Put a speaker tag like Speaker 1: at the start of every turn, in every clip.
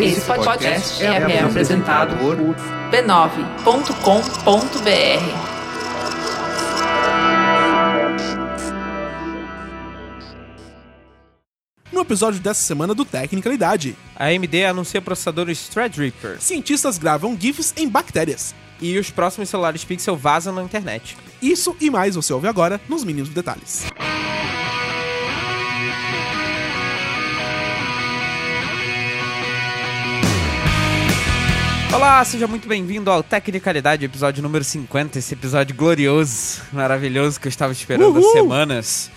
Speaker 1: Esse podcast é, é apresentado por b9.com.br.
Speaker 2: No episódio dessa semana do Tecnicalidade,
Speaker 3: A AMD anuncia processadores Threadripper
Speaker 2: cientistas gravam GIFs em bactérias.
Speaker 3: e os próximos celulares Pixel vazam na internet.
Speaker 2: Isso e mais você ouve agora nos Mínimos Detalhes.
Speaker 3: Olá, seja muito bem-vindo ao Tecnicalidade, episódio número 50, esse episódio glorioso, maravilhoso que eu estava esperando
Speaker 2: Uhul!
Speaker 3: há semanas.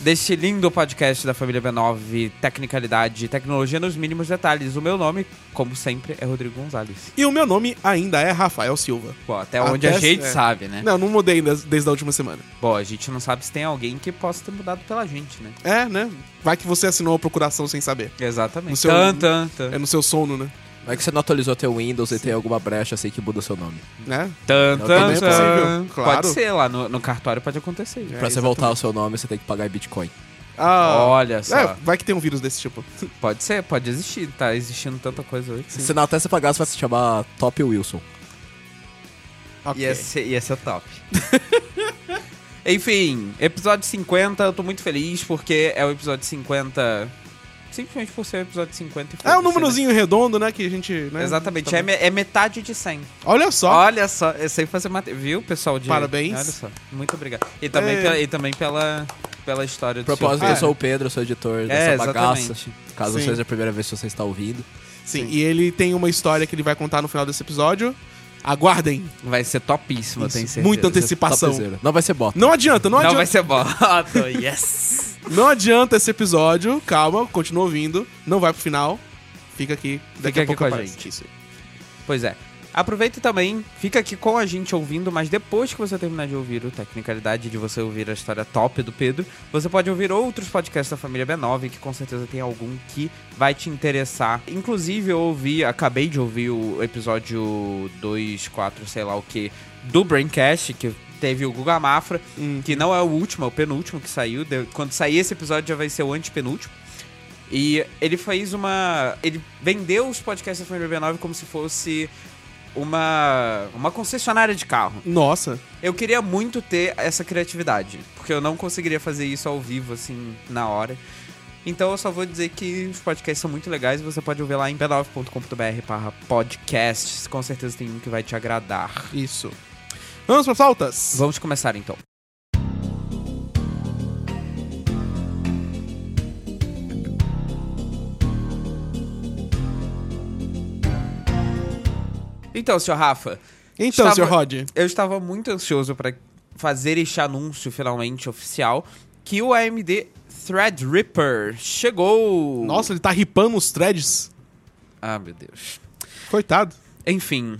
Speaker 3: Deste lindo podcast da família B9, Tecnicalidade, Tecnologia nos Mínimos Detalhes. O meu nome, como sempre, é Rodrigo Gonzalez.
Speaker 2: E o meu nome ainda é Rafael Silva.
Speaker 3: Pô, até,
Speaker 2: Até
Speaker 3: onde a
Speaker 2: se-
Speaker 3: gente
Speaker 2: é.
Speaker 3: sabe, né?
Speaker 2: Não, não mudei ainda desde a última semana.
Speaker 3: Bom, a gente não sabe se tem alguém que possa ter mudado pela gente, né?
Speaker 2: É, né? Vai que você assinou a procuração sem saber. No
Speaker 3: Exatamente.
Speaker 2: seu-
Speaker 3: Tan, tan, tan.
Speaker 2: É no seu sono, né?
Speaker 4: Não é que você não atualizou teu Windows e tem alguma brecha assim que muda o seu nome.
Speaker 2: Né?
Speaker 3: Tan,
Speaker 4: Não,
Speaker 3: tan,
Speaker 4: também é
Speaker 3: tan.
Speaker 2: possível, claro.
Speaker 3: Pode ser, lá no, no cartório pode acontecer.
Speaker 2: É,
Speaker 4: pra você voltar o seu nome, você tem que pagar em Bitcoin.
Speaker 2: Ah,
Speaker 3: Olha só.
Speaker 2: é, vai que tem um vírus desse tipo.
Speaker 3: Pode ser, pode existir. Tá existindo tanta coisa hoje. que sim.
Speaker 4: Senão até você pagar, você vai se chamar Top Wilson.
Speaker 2: Ok.
Speaker 3: Ia, ser, ia
Speaker 2: é
Speaker 3: ser top. Enfim, episódio 50, eu tô muito feliz porque é o episódio 50. Simplesmente por ser o episódio 50 e
Speaker 2: É um
Speaker 3: foda-se,
Speaker 2: númerozinho redondo, né? Que a gente.
Speaker 3: né?
Speaker 2: né,
Speaker 3: Exatamente,
Speaker 2: tá
Speaker 3: é,
Speaker 2: bom.
Speaker 3: me- é metade de 100.
Speaker 2: Olha só.
Speaker 3: Olha só, eu sei fazer matemática. Viu, pessoal? De...
Speaker 2: Parabéns.
Speaker 3: Olha só, muito obrigado. E também,
Speaker 2: É.
Speaker 3: pela, e também pela, pela história do
Speaker 4: Propósito,
Speaker 3: seu
Speaker 2: Ah, é.
Speaker 4: eu sou o Pedro, eu sou editor
Speaker 3: É,
Speaker 4: dessa bagaça.
Speaker 3: exatamente.
Speaker 4: Caso
Speaker 2: Sim.
Speaker 4: seja a primeira vez que você é está ouvindo.
Speaker 2: Sim, e ele tem uma história que ele vai contar no final desse episódio. Aguardem.
Speaker 3: Vai ser topíssimo, eu tenho
Speaker 2: Isso,
Speaker 3: certeza.
Speaker 2: Muita
Speaker 4: Top
Speaker 2: antecipação.
Speaker 4: zero. Não vai ser bota.
Speaker 2: Não adianta, não,
Speaker 3: Não,
Speaker 2: adianta.
Speaker 3: vai ser bota, yes!
Speaker 2: Não adianta esse episódio. Calma, continua ouvindo. Não vai pro final. Fica aqui. Daqui
Speaker 3: Fica
Speaker 2: a
Speaker 3: aqui
Speaker 2: pouco
Speaker 3: com a
Speaker 2: aparece.
Speaker 3: gente.
Speaker 2: Isso aí.
Speaker 3: Pois é. Aproveita também, fica aqui com a gente ouvindo, mas depois que você terminar de ouvir o Tecnicalidade, de você ouvir a história top do Pedro, você pode ouvir outros podcasts da família B9, que com certeza tem algum que vai te interessar. Inclusive, eu ouvi, acabei de ouvir o episódio 2, 4, sei lá o que, do Braincast, que teve o Guga Mafra,
Speaker 2: Hum.
Speaker 3: que não é o último, é o penúltimo que saiu. De- Quando sair esse episódio já vai ser o antepenúltimo. E ele fez uma. Ele vendeu os podcasts da Família B9 como se fosse uma, uma concessionária de carro.
Speaker 2: Nossa.
Speaker 3: Eu queria muito ter essa criatividade, porque eu não conseguiria fazer isso ao vivo, assim, na hora. Então eu só vou dizer que os podcasts são muito legais, você pode ouvir lá em b9.com.br barra podcasts, com certeza tem um que vai te agradar.
Speaker 2: Isso. Vamos para faltas?
Speaker 3: Vamos começar então. Então, senhor Rafa,
Speaker 2: Então,
Speaker 3: Estava-
Speaker 2: Sr. Rod.
Speaker 3: eu estava muito ansioso para fazer este anúncio finalmente oficial que o AMD Threadripper chegou.
Speaker 2: Nossa, ele tá ripando os threads.
Speaker 3: Ah, meu Deus.
Speaker 2: Coitado.
Speaker 3: Enfim,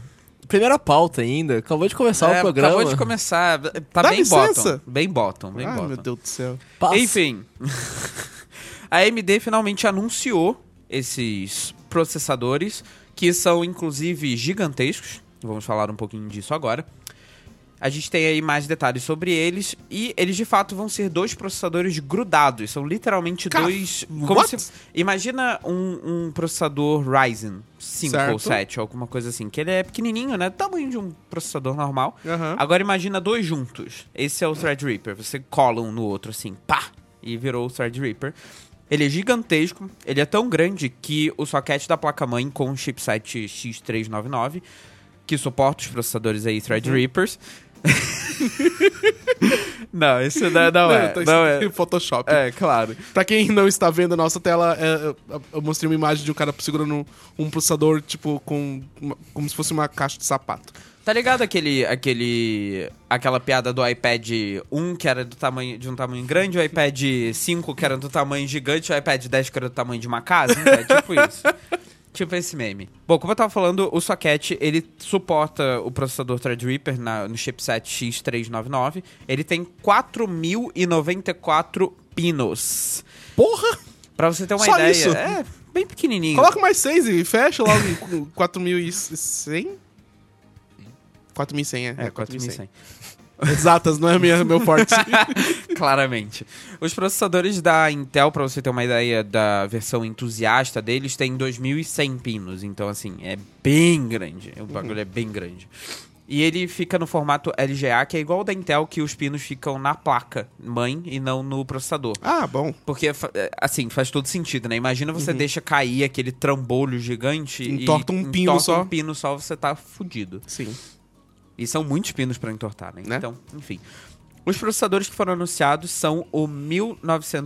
Speaker 4: Primeira pauta ainda. Acabou de começar
Speaker 3: é,
Speaker 4: o programa.
Speaker 3: acabou de começar. Tá
Speaker 2: Dá
Speaker 3: bem
Speaker 2: licença.
Speaker 3: bottom. Bem bottom, bem
Speaker 2: Ai,
Speaker 3: bottom.
Speaker 2: meu Deus do céu.
Speaker 4: Passa.
Speaker 3: Enfim, a AMD finalmente anunciou esses processadores, que são inclusive gigantescos. Vamos falar um pouquinho disso agora. A gente tem aí mais detalhes sobre eles. E eles de fato vão ser dois processadores grudados. São literalmente
Speaker 2: Cara,
Speaker 3: dois. Como
Speaker 2: what?
Speaker 3: se, imagina um, um processador Ryzen 5 ou
Speaker 2: Certo.
Speaker 3: 7, alguma coisa assim. Que ele é pequenininho, né? Tamanho de um processador normal.
Speaker 2: Aham.
Speaker 3: Agora imagina dois juntos. Esse é o Threadripper. Você cola um no outro assim, pá, e virou o Threadripper. Ele é gigantesco, ele é tão grande que o socket da placa-mãe com o chipset X399, que suporta os processadores aí Threadrippers... não, isso não, não é,
Speaker 2: tá
Speaker 3: não é.
Speaker 2: escrito em Photoshop.
Speaker 3: É, claro.
Speaker 2: Pra quem não está vendo a nossa tela, é, eu- eu mostrei uma imagem de um cara segurando um- um processador, tipo, com uma- como se fosse uma caixa de sapato.
Speaker 3: Tá ligado aquele, aquele, aquela piada do iPad 1 que era do tamanho, de um tamanho grande, o iPad 5 que era do tamanho gigante, o iPad 10 que era do tamanho de uma casa? Então, É tipo isso. Tipo esse meme. Bom, como eu tava falando, o socket, ele suporta o processador Threadripper na- no chipset X399. Ele tem 4.094 pinos.
Speaker 2: Porra!
Speaker 3: Pra você ter uma
Speaker 2: Só
Speaker 3: ideia,
Speaker 2: isso?
Speaker 3: é bem pequenininho.
Speaker 2: Coloca mais seis e fecha logo em cu- 4.100? 4.100, é. um
Speaker 3: É, 4.100.
Speaker 2: Exatas, não é minha, meu forte.
Speaker 3: claramente. Os processadores da Intel, pra você ter uma ideia da versão entusiasta deles, tem 2100 pinos. Então, assim, é bem grande. O bagulho é bem grande. E ele fica no formato LGA, que é igual ao da Intel, que os pinos ficam na placa mãe e não no processador.
Speaker 2: Ah, bom.
Speaker 3: Porque, fa- é, assim, faz todo sentido, né? Imagina você deixa cair aquele trambolho gigante e
Speaker 2: Uhum. Entorta um pino
Speaker 3: entorta
Speaker 2: só.
Speaker 3: um pino só, você tá fudido.
Speaker 2: Sim.
Speaker 3: E são muitos pinos pra entortar, né?
Speaker 2: Né?
Speaker 3: Então, enfim. Os processadores que foram anunciados são o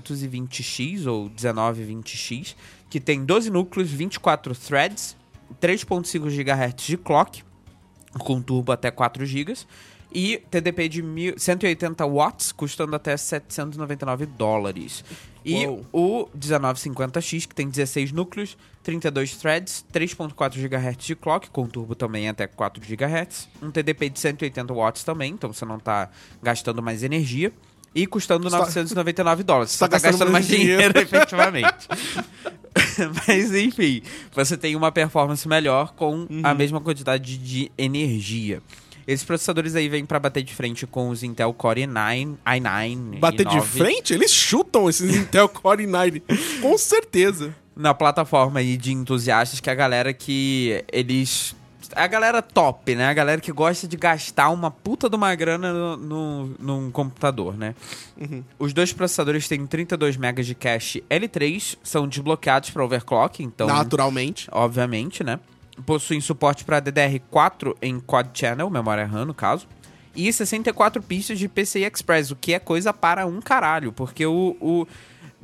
Speaker 3: 1920X ou 1920X, que tem 12 núcleos, 24 threads, 3.5 GHz de clock, com turbo até 4 GB e TDP de mil- 180 watts, custando até 799 dólares. E
Speaker 4: Uou.
Speaker 3: o 1950X, que tem 16 núcleos, 32 threads, 3.4 GHz de clock, com turbo também até 4 GHz, um TDP de 180 watts também, então você não tá gastando mais energia. E custando
Speaker 2: Você tá-
Speaker 3: 999 dólares. Você
Speaker 2: tá
Speaker 3: tá gastando,
Speaker 2: gastando
Speaker 3: mais
Speaker 2: menos
Speaker 3: dinheiro, efetivamente. Mas enfim, você tem uma performance melhor com
Speaker 2: Uhum.
Speaker 3: a mesma quantidade de energia. Esses processadores aí vêm pra bater de frente com os Intel Core i9, i9
Speaker 2: Bater de
Speaker 3: i9,
Speaker 2: frente? Eles chutam esses Intel Core i9. Com certeza.
Speaker 3: na plataforma aí de entusiastas que é a galera que eles a galera top, né? A galera que gosta de gastar uma puta de uma grana no, no- num computador, né?
Speaker 2: Uhum.
Speaker 3: Os dois processadores têm 32 MB de cache L3, são desbloqueados para overclock, então
Speaker 2: Ah, Naturalmente.
Speaker 3: obviamente, né? Possuem suporte para DDR4 em quad channel, memória RAM no caso, e 64 pistas de PCI Express, o que é coisa para um caralho, porque o, o-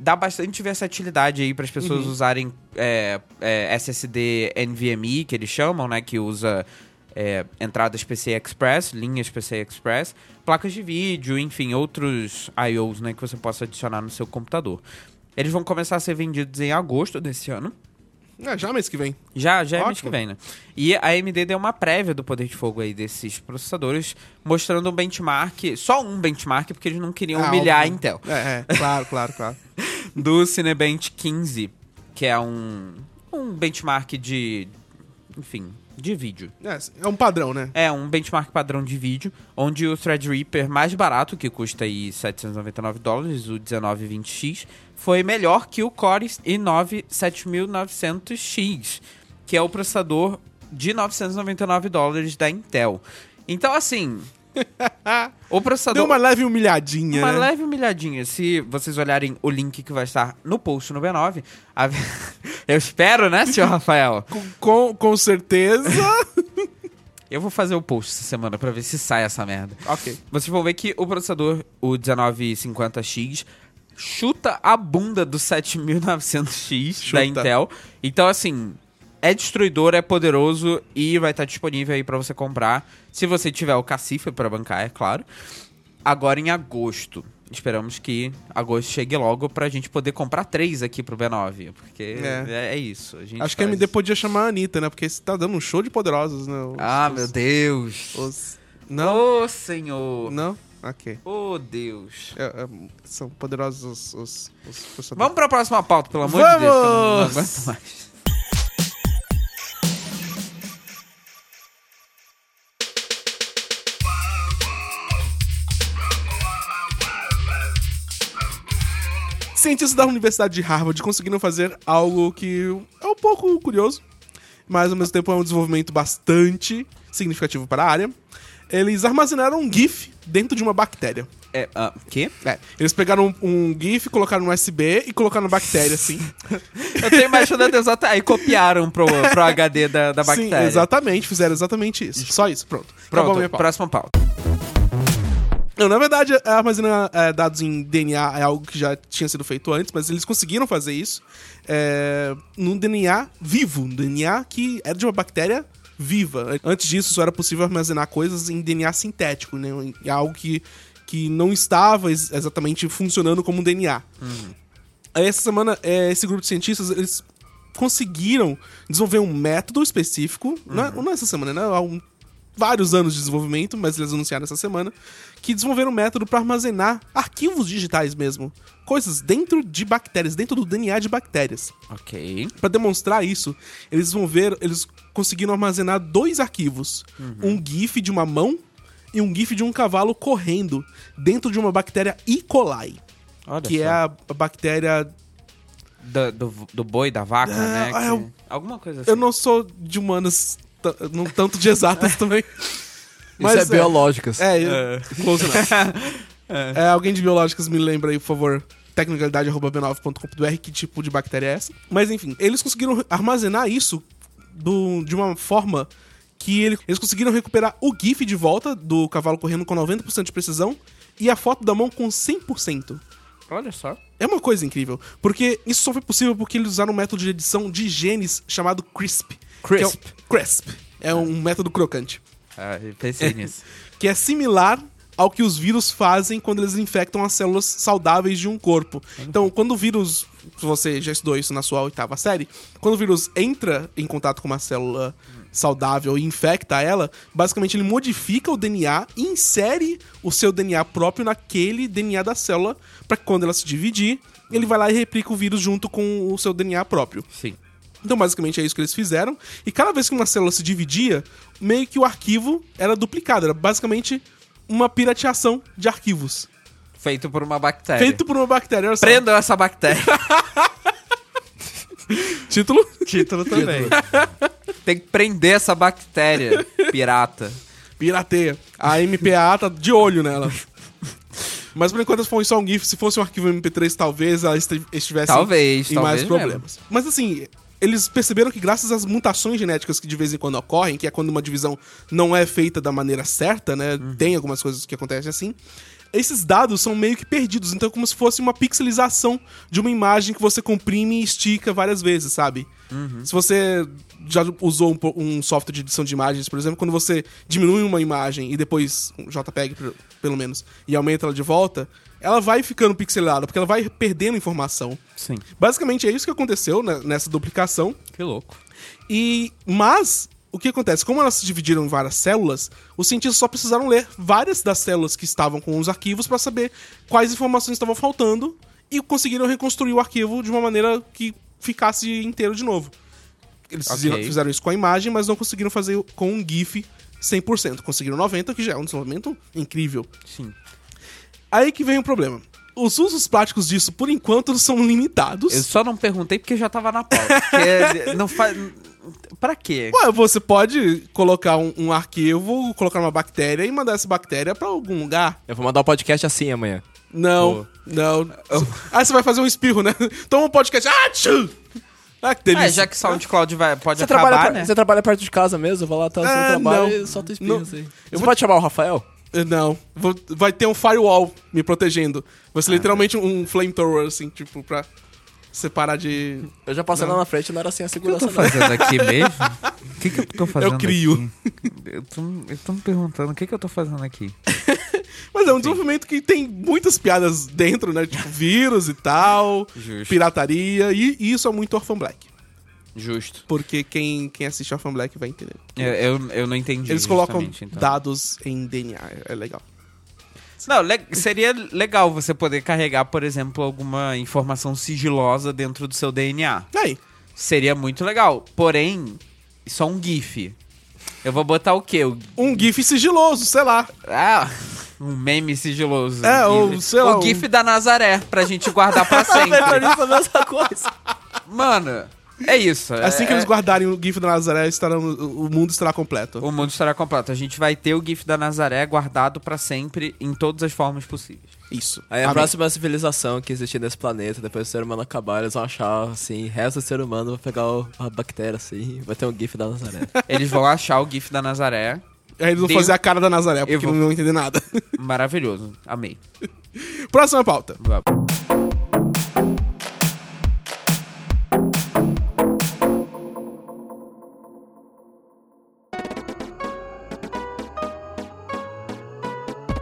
Speaker 3: dá bastante versatilidade aí para as pessoas usarem é, é, SSD NVMe, que eles chamam, né? Que usa é, entradas PCI Express, linhas PCI Express, placas de vídeo, enfim, outros I.O.s né, que você possa adicionar no seu computador. Eles vão começar a ser vendidos em agosto desse ano.
Speaker 2: É, já mês que vem.
Speaker 3: Já, já é mês que
Speaker 2: Ótimo.
Speaker 3: vem, né? E a AMD deu uma prévia do poder de fogo aí desses processadores, mostrando um benchmark, só um benchmark, porque eles não queriam
Speaker 2: Ah,
Speaker 3: humilhar
Speaker 2: óbvio.
Speaker 3: a Intel,
Speaker 2: É, é, claro, claro, claro.
Speaker 3: do Cinebench 15, que é um, um benchmark de, enfim, de vídeo.
Speaker 2: É, é um padrão, né?
Speaker 3: É, um benchmark padrão de vídeo, onde o Threadripper mais barato, que custa aí 799 dólares, o 1920X, foi melhor que o Core i9 7900X, que é o processador de 999 dólares da Intel. Então, assim, o processador...
Speaker 2: Ah, Deu uma leve humilhadinha,
Speaker 3: Uma
Speaker 2: né?
Speaker 3: leve humilhadinha. Se vocês olharem o link que vai estar no post no B9, a- eu espero, né, senhor Rafael?
Speaker 2: Com, com certeza.
Speaker 3: Eu vou fazer o post essa semana pra ver se sai essa merda.
Speaker 2: ok.
Speaker 3: Vocês vão ver que o processador, o 1950X, chuta a bunda do 7900X da
Speaker 2: Chuta.
Speaker 3: Intel. Então, assim, é destruidor, é poderoso e vai estar disponível aí pra você comprar. Se você tiver o cacife pra bancar, é claro. Agora em agosto. Esperamos que agosto chegue logo pra gente poder comprar três aqui pro B9. Porque é,
Speaker 2: É.
Speaker 3: é isso. A gente
Speaker 2: Acho que a
Speaker 3: faz
Speaker 2: MD
Speaker 3: isso.
Speaker 2: podia chamar a Anitta, né? Porque você tá dando um show de poderosos, né? Os-
Speaker 3: Ah,
Speaker 2: os-
Speaker 3: meu Deus. Ô,
Speaker 2: os- Não?
Speaker 3: senhor.
Speaker 2: Não? Ok.
Speaker 3: Ô, Deus.
Speaker 2: É, é, são poderosos os, os, os processadores.
Speaker 3: Vamos pra próxima pauta, pelo amor de Deus. que eu não- Não
Speaker 2: Vamos!
Speaker 3: aguento mais.
Speaker 2: Cientistas da Universidade de Harvard conseguiram fazer algo que é um pouco curioso, mas ao mesmo tempo é um desenvolvimento bastante significativo para a área. Eles armazenaram um GIF dentro de uma bactéria.
Speaker 3: É, ah, quê?
Speaker 2: É, eles pegaram um, um GIF, colocaram no USB e colocaram na bactéria, assim.
Speaker 3: Eu tô imaginando exatamente. Aí copiaram pro, pro HD da, da
Speaker 2: Sim,
Speaker 3: bactéria.
Speaker 2: exatamente, fizeram exatamente isso. Só isso, pronto. Acabou a
Speaker 3: Pronto,
Speaker 2: minha pauta.
Speaker 3: próxima pauta.
Speaker 2: Não, na verdade, armazenar eh, dados em DNA é algo que já tinha sido feito antes, mas eles conseguiram fazer isso eh, num DNA vivo, um DNA que era de uma bactéria viva. Antes disso, só era possível armazenar coisas em DNA sintético, né? Em algo que, que não estava ex- exatamente funcionando como um DNA. Aí, Essa semana, eh, esse grupo de cientistas, eles conseguiram desenvolver um método específico, não,
Speaker 3: Uhum.
Speaker 2: é- não é essa semana, né? Há um- vários anos de desenvolvimento, mas eles anunciaram essa semana, que desenvolveram um método para armazenar arquivos digitais mesmo. Coisas dentro de bactérias, dentro do DNA de bactérias.
Speaker 3: Ok.
Speaker 2: Pra demonstrar isso,
Speaker 3: Uhum.
Speaker 2: eles vão ver, eles conseguiram armazenar dois arquivos: um GIF de uma mão e um GIF de um cavalo correndo dentro de uma bactéria E. coli,
Speaker 3: Olha
Speaker 2: que
Speaker 3: só.
Speaker 2: é a a bactéria
Speaker 3: Do, do, do boi, da vaca,
Speaker 2: Ah,
Speaker 3: né? que-
Speaker 2: eu-
Speaker 3: Alguma coisa assim.
Speaker 2: Eu não sou de humanas, t- não tanto de exatas também.
Speaker 4: Isso é biológicas.
Speaker 2: É, eu- close enough. É, alguém de biológicas me lembra aí, por favor, tecnicalidade.b9.com.br, que tipo de bactéria é essa. Mas enfim, eles conseguiram armazenar isso do- de uma forma que ele- eles conseguiram recuperar o GIF de volta do cavalo correndo com 90% de precisão e a foto da mão com 100%.
Speaker 3: Olha só.
Speaker 2: É uma coisa incrível, porque isso só foi possível porque eles usaram um método de edição de genes chamado CRISP. que é um-
Speaker 3: Crisp.
Speaker 2: CRISP. É um método crocante.
Speaker 3: Ah, eu pensei nisso.
Speaker 2: Que é similar ao que os vírus fazem quando eles infectam as células saudáveis de um corpo. Então, quando o vírus. Você já estudou isso na sua oitava série. Quando o vírus entra em contato com uma célula saudável e infecta ela, basicamente ele modifica o DNA e insere o seu DNA próprio naquele DNA da célula, para que quando ela se dividir, ele vai lá e replica o vírus junto com o seu DNA próprio.
Speaker 3: Sim.
Speaker 2: Então, basicamente, é isso que eles fizeram. E cada vez que uma célula se dividia, meio que o arquivo era duplicado. Era basicamente uma pirateação de arquivos.
Speaker 3: Feito por uma bactéria.
Speaker 2: Feito por uma bactéria. Olha só.
Speaker 3: Prendam essa bactéria.
Speaker 2: Título.
Speaker 3: Título também. Tem que prender essa bactéria, pirata.
Speaker 2: Pirateia. A MPA tá de olho nela. Mas por enquanto foi só um GIF. Se fosse um arquivo MP3, talvez ela este- estivesse
Speaker 3: Talvez,
Speaker 2: em
Speaker 3: talvez
Speaker 2: mais
Speaker 3: mesmo.
Speaker 2: problemas. Mas assim, eles perceberam que graças às mutações genéticas que de vez em quando ocorrem, que é quando uma divisão não é feita da maneira certa, né? Tem algumas coisas que acontecem assim. Esses dados são meio que perdidos, então é como se fosse uma pixelização de uma imagem que você comprime e estica várias vezes, sabe? Se você já usou um, po- um software de edição de imagens, por exemplo, quando você diminui uma imagem e depois, um JPEG pelo- pelo menos, e aumenta ela de volta, ela vai ficando pixelada, porque ela vai perdendo informação.
Speaker 3: Sim.
Speaker 2: Basicamente é isso que aconteceu né, nessa duplicação.
Speaker 3: Que louco.
Speaker 2: E mas o que acontece? Como elas se dividiram em várias células, os cientistas só precisaram ler várias das células que estavam com os arquivos para saber quais informações estavam faltando e conseguiram reconstruir o arquivo de uma maneira que ficasse inteiro de novo. Eles
Speaker 3: Ok.
Speaker 2: fizeram- fizeram isso com a imagem, mas não conseguiram fazer com um GIF 100%. Conseguiram 90%, que já é um desenvolvimento incrível.
Speaker 3: Sim.
Speaker 2: Aí que vem o problema. Os usos práticos disso, por enquanto, são limitados.
Speaker 3: Eu só não perguntei porque já tava na pauta. Porque não faz. Pra quê?
Speaker 2: Ué, você pode colocar um, um arquivo, colocar uma bactéria e mandar essa bactéria pra algum lugar?
Speaker 4: Eu vou mandar o podcast assim amanhã.
Speaker 2: Não, não. Ah, você vai fazer um espirro, né? Toma um podcast. Ah, tchum! Ah, que delícia.
Speaker 3: É, já que SoundCloud vai, pode
Speaker 4: Você,
Speaker 3: acabar,
Speaker 4: trabalha, pra-
Speaker 3: né?
Speaker 4: você tá trabalha perto de casa mesmo? Vai lá, tá no seu
Speaker 2: Ah,
Speaker 4: trabalho
Speaker 2: não.
Speaker 4: e solta espinho
Speaker 2: Não.
Speaker 4: assim. Você pode chamar o Rafael?
Speaker 2: Eh, Não, Vou- vai ter um firewall me protegendo. Vai ser literalmente um flamethrower, assim, tipo, pra separar de...
Speaker 4: Eu já passei lá na frente, não era assim a
Speaker 3: O que eu
Speaker 4: segurança
Speaker 3: tô
Speaker 4: não.
Speaker 3: fazendo aqui mesmo? O que, que eu tô fazendo
Speaker 2: Eu crio.
Speaker 3: aqui? Eu tô, eu tô me perguntando o que, que eu tô fazendo aqui.
Speaker 2: Mas é um desenvolvimento que tem muitas piadas dentro, né? Tipo, vírus e tal,
Speaker 3: Justo.
Speaker 2: pirataria, e, e isso é muito Orphan Black.
Speaker 3: Justo.
Speaker 2: Porque quem, quem assiste Orphan Black vai entender.
Speaker 3: Eu, eu, eu não entendi.
Speaker 2: Eles colocam
Speaker 3: justamente, então.
Speaker 2: dados em DNA, é legal.
Speaker 3: Não, le- seria legal você poder carregar, por exemplo, alguma informação sigilosa dentro do seu DNA.
Speaker 2: E aí?
Speaker 3: Seria muito legal. Porém, só um GIF. Eu vou botar o quê? O-
Speaker 2: Um GIF sigiloso, sei lá.
Speaker 3: Ah, um meme sigiloso.
Speaker 2: É,
Speaker 3: Um GIF.
Speaker 2: ou, sei lá,
Speaker 3: O
Speaker 2: um-
Speaker 3: GIF da Nazaré, pra gente guardar pra
Speaker 4: É, Pra
Speaker 3: sempre.
Speaker 4: mim foi a mesma coisa.
Speaker 3: Mano, é isso. é-
Speaker 2: Assim que eles
Speaker 3: é-
Speaker 2: guardarem o GIF da Nazaré, estarão, o o mundo estará completo.
Speaker 3: O mundo estará completo. A gente vai ter o GIF da Nazaré guardado pra sempre em todas as formas possíveis.
Speaker 2: Isso.
Speaker 4: Aí a
Speaker 2: Amém.
Speaker 4: próxima civilização que existir nesse planeta, depois do ser humano acabar, eles vão achar, assim, resto do ser humano, vai pegar o- a bactéria, assim, vai ter um gif da Nazaré.
Speaker 3: Eles vão achar o GIF da Nazaré.
Speaker 2: Aí eles vão
Speaker 3: Deus-
Speaker 2: fazer a cara da Nazaré, porque
Speaker 3: vou-
Speaker 2: não vão entender nada.
Speaker 3: Maravilhoso. Amei.
Speaker 2: Próxima pauta.
Speaker 3: Vamos.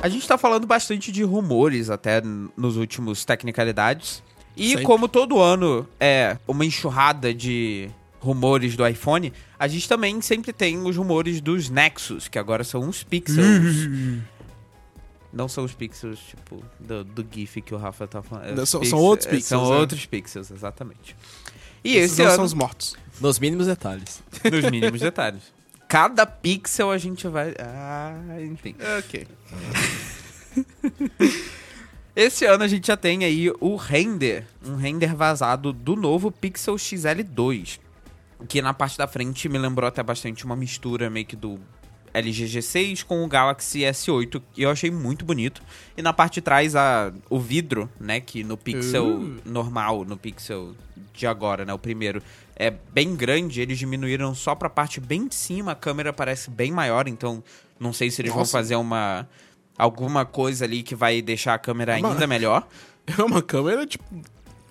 Speaker 3: A gente tá falando bastante de rumores até n- nos últimos Tecnicalidades. E
Speaker 2: Sempre.
Speaker 3: como todo ano é uma enxurrada de rumores do iPhone, a gente também sempre tem os rumores dos Nexus, que agora são uns pixels. Não são os pixels, tipo, do, do GIF que o Rafa tá falando. É,
Speaker 2: Não,
Speaker 3: os
Speaker 2: são-
Speaker 3: pix-
Speaker 2: são outros
Speaker 3: é,
Speaker 2: pixels,
Speaker 3: São
Speaker 2: é.
Speaker 3: outros pixels, exatamente. E
Speaker 2: Esses
Speaker 3: esse
Speaker 2: não
Speaker 3: ano,
Speaker 2: são os mortos.
Speaker 4: Nos mínimos detalhes.
Speaker 3: nos mínimos detalhes. Cada pixel a gente vai. Ah, enfim.
Speaker 2: Ok.
Speaker 3: Esse ano a gente já tem aí o render, um render vazado do novo Pixel XL2, que na parte da frente me lembrou até bastante uma mistura meio que do LG G6 com o Galaxy S8, que eu achei muito bonito. E na parte de trás a, o vidro, né, que no Pixel normal, no Pixel de agora, né, o primeiro, é bem grande, eles diminuíram só pra parte bem de cima, a câmera parece bem maior, então não sei se eles vão
Speaker 2: Nossa.
Speaker 3: fazer uma alguma coisa ali que vai deixar a câmera ainda
Speaker 2: Mano.
Speaker 3: melhor.
Speaker 2: É uma câmera, tipo,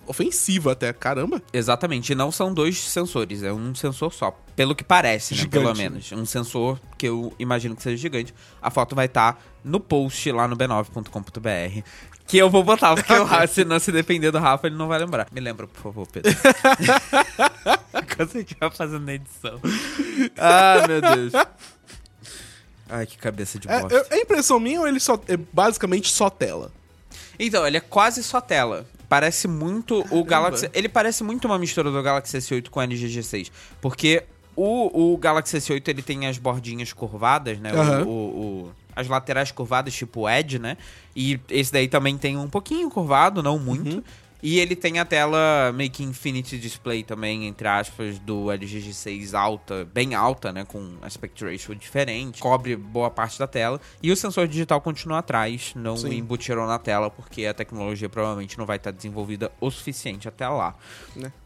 Speaker 2: ofensiva até. Caramba.
Speaker 3: Exatamente, e não são dois sensores, é um sensor só. Pelo que parece, né?
Speaker 2: Gigante,
Speaker 3: Pelo
Speaker 2: né?
Speaker 3: menos. Um sensor que eu imagino que seja gigante. A foto vai estar no post lá no b9.com.br. Que eu vou botar, porque o Rafa, se não se depender do Rafa, ele não vai lembrar. Me lembra, por favor, Pedro. Quando a gente vai fazendo na edição. Ah, meu Deus. Ai, que cabeça de
Speaker 2: É,
Speaker 3: bosta.
Speaker 2: é- é impressão minha ou ele só é basicamente só tela?
Speaker 3: Então, ele é quase só tela. Parece muito o Galaxy. Ele parece muito uma mistura do Galaxy S8 com o LG G6. Porque o, o Galaxy S8 ele tem as bordinhas curvadas, né? O-
Speaker 2: Aham.
Speaker 3: O, o- as laterais curvadas, tipo Edge, né? E esse daí também tem um pouquinho curvado, não muito. E ele tem a tela meio que Infinity Display também, entre aspas, do LG G6 alta, bem alta, né? Com aspect ratio diferente, cobre boa parte da tela. E o sensor digital continua atrás, não
Speaker 2: Sim.
Speaker 3: embutiram na tela, porque a tecnologia provavelmente não vai estar desenvolvida o suficiente até lá.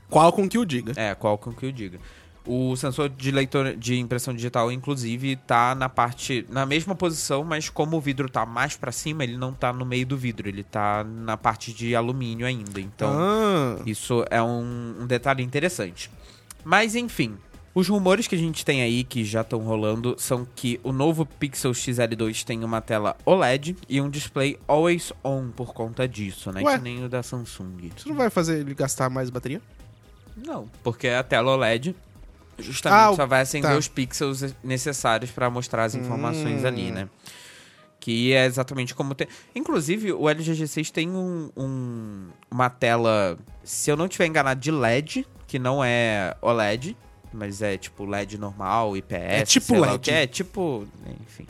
Speaker 2: Qual com que eu diga?
Speaker 3: É, Qualcomm que eu diga. O sensor de leitor de impressão digital, inclusive, tá na parte. na mesma posição, mas como o vidro tá mais pra cima, ele não tá no meio do vidro, ele tá na parte de alumínio ainda. Então,
Speaker 2: Ah,
Speaker 3: isso é um, um detalhe interessante. Mas enfim, os rumores que a gente tem aí que já estão rolando são que o novo Pixel XL2 tem uma tela OLED e um display always on por conta disso, né?
Speaker 2: Ué.
Speaker 3: Que nem o da Samsung.
Speaker 2: isso não vai fazer ele gastar mais bateria?
Speaker 3: Não, porque a tela OLED justamente
Speaker 2: Ah, o-
Speaker 3: só vai acender
Speaker 2: tá.
Speaker 3: os pixels necessários pra mostrar as informações
Speaker 2: Hum.
Speaker 3: ali, né? Que é exatamente como tem. Inclusive, o LG G6 tem um, um- uma tela, se eu não tiver enganado, de LED, que não é OLED, mas é tipo LED normal, IPS.
Speaker 2: É tipo
Speaker 3: sei lá o
Speaker 2: LED.
Speaker 3: que É, tipo. Enfim.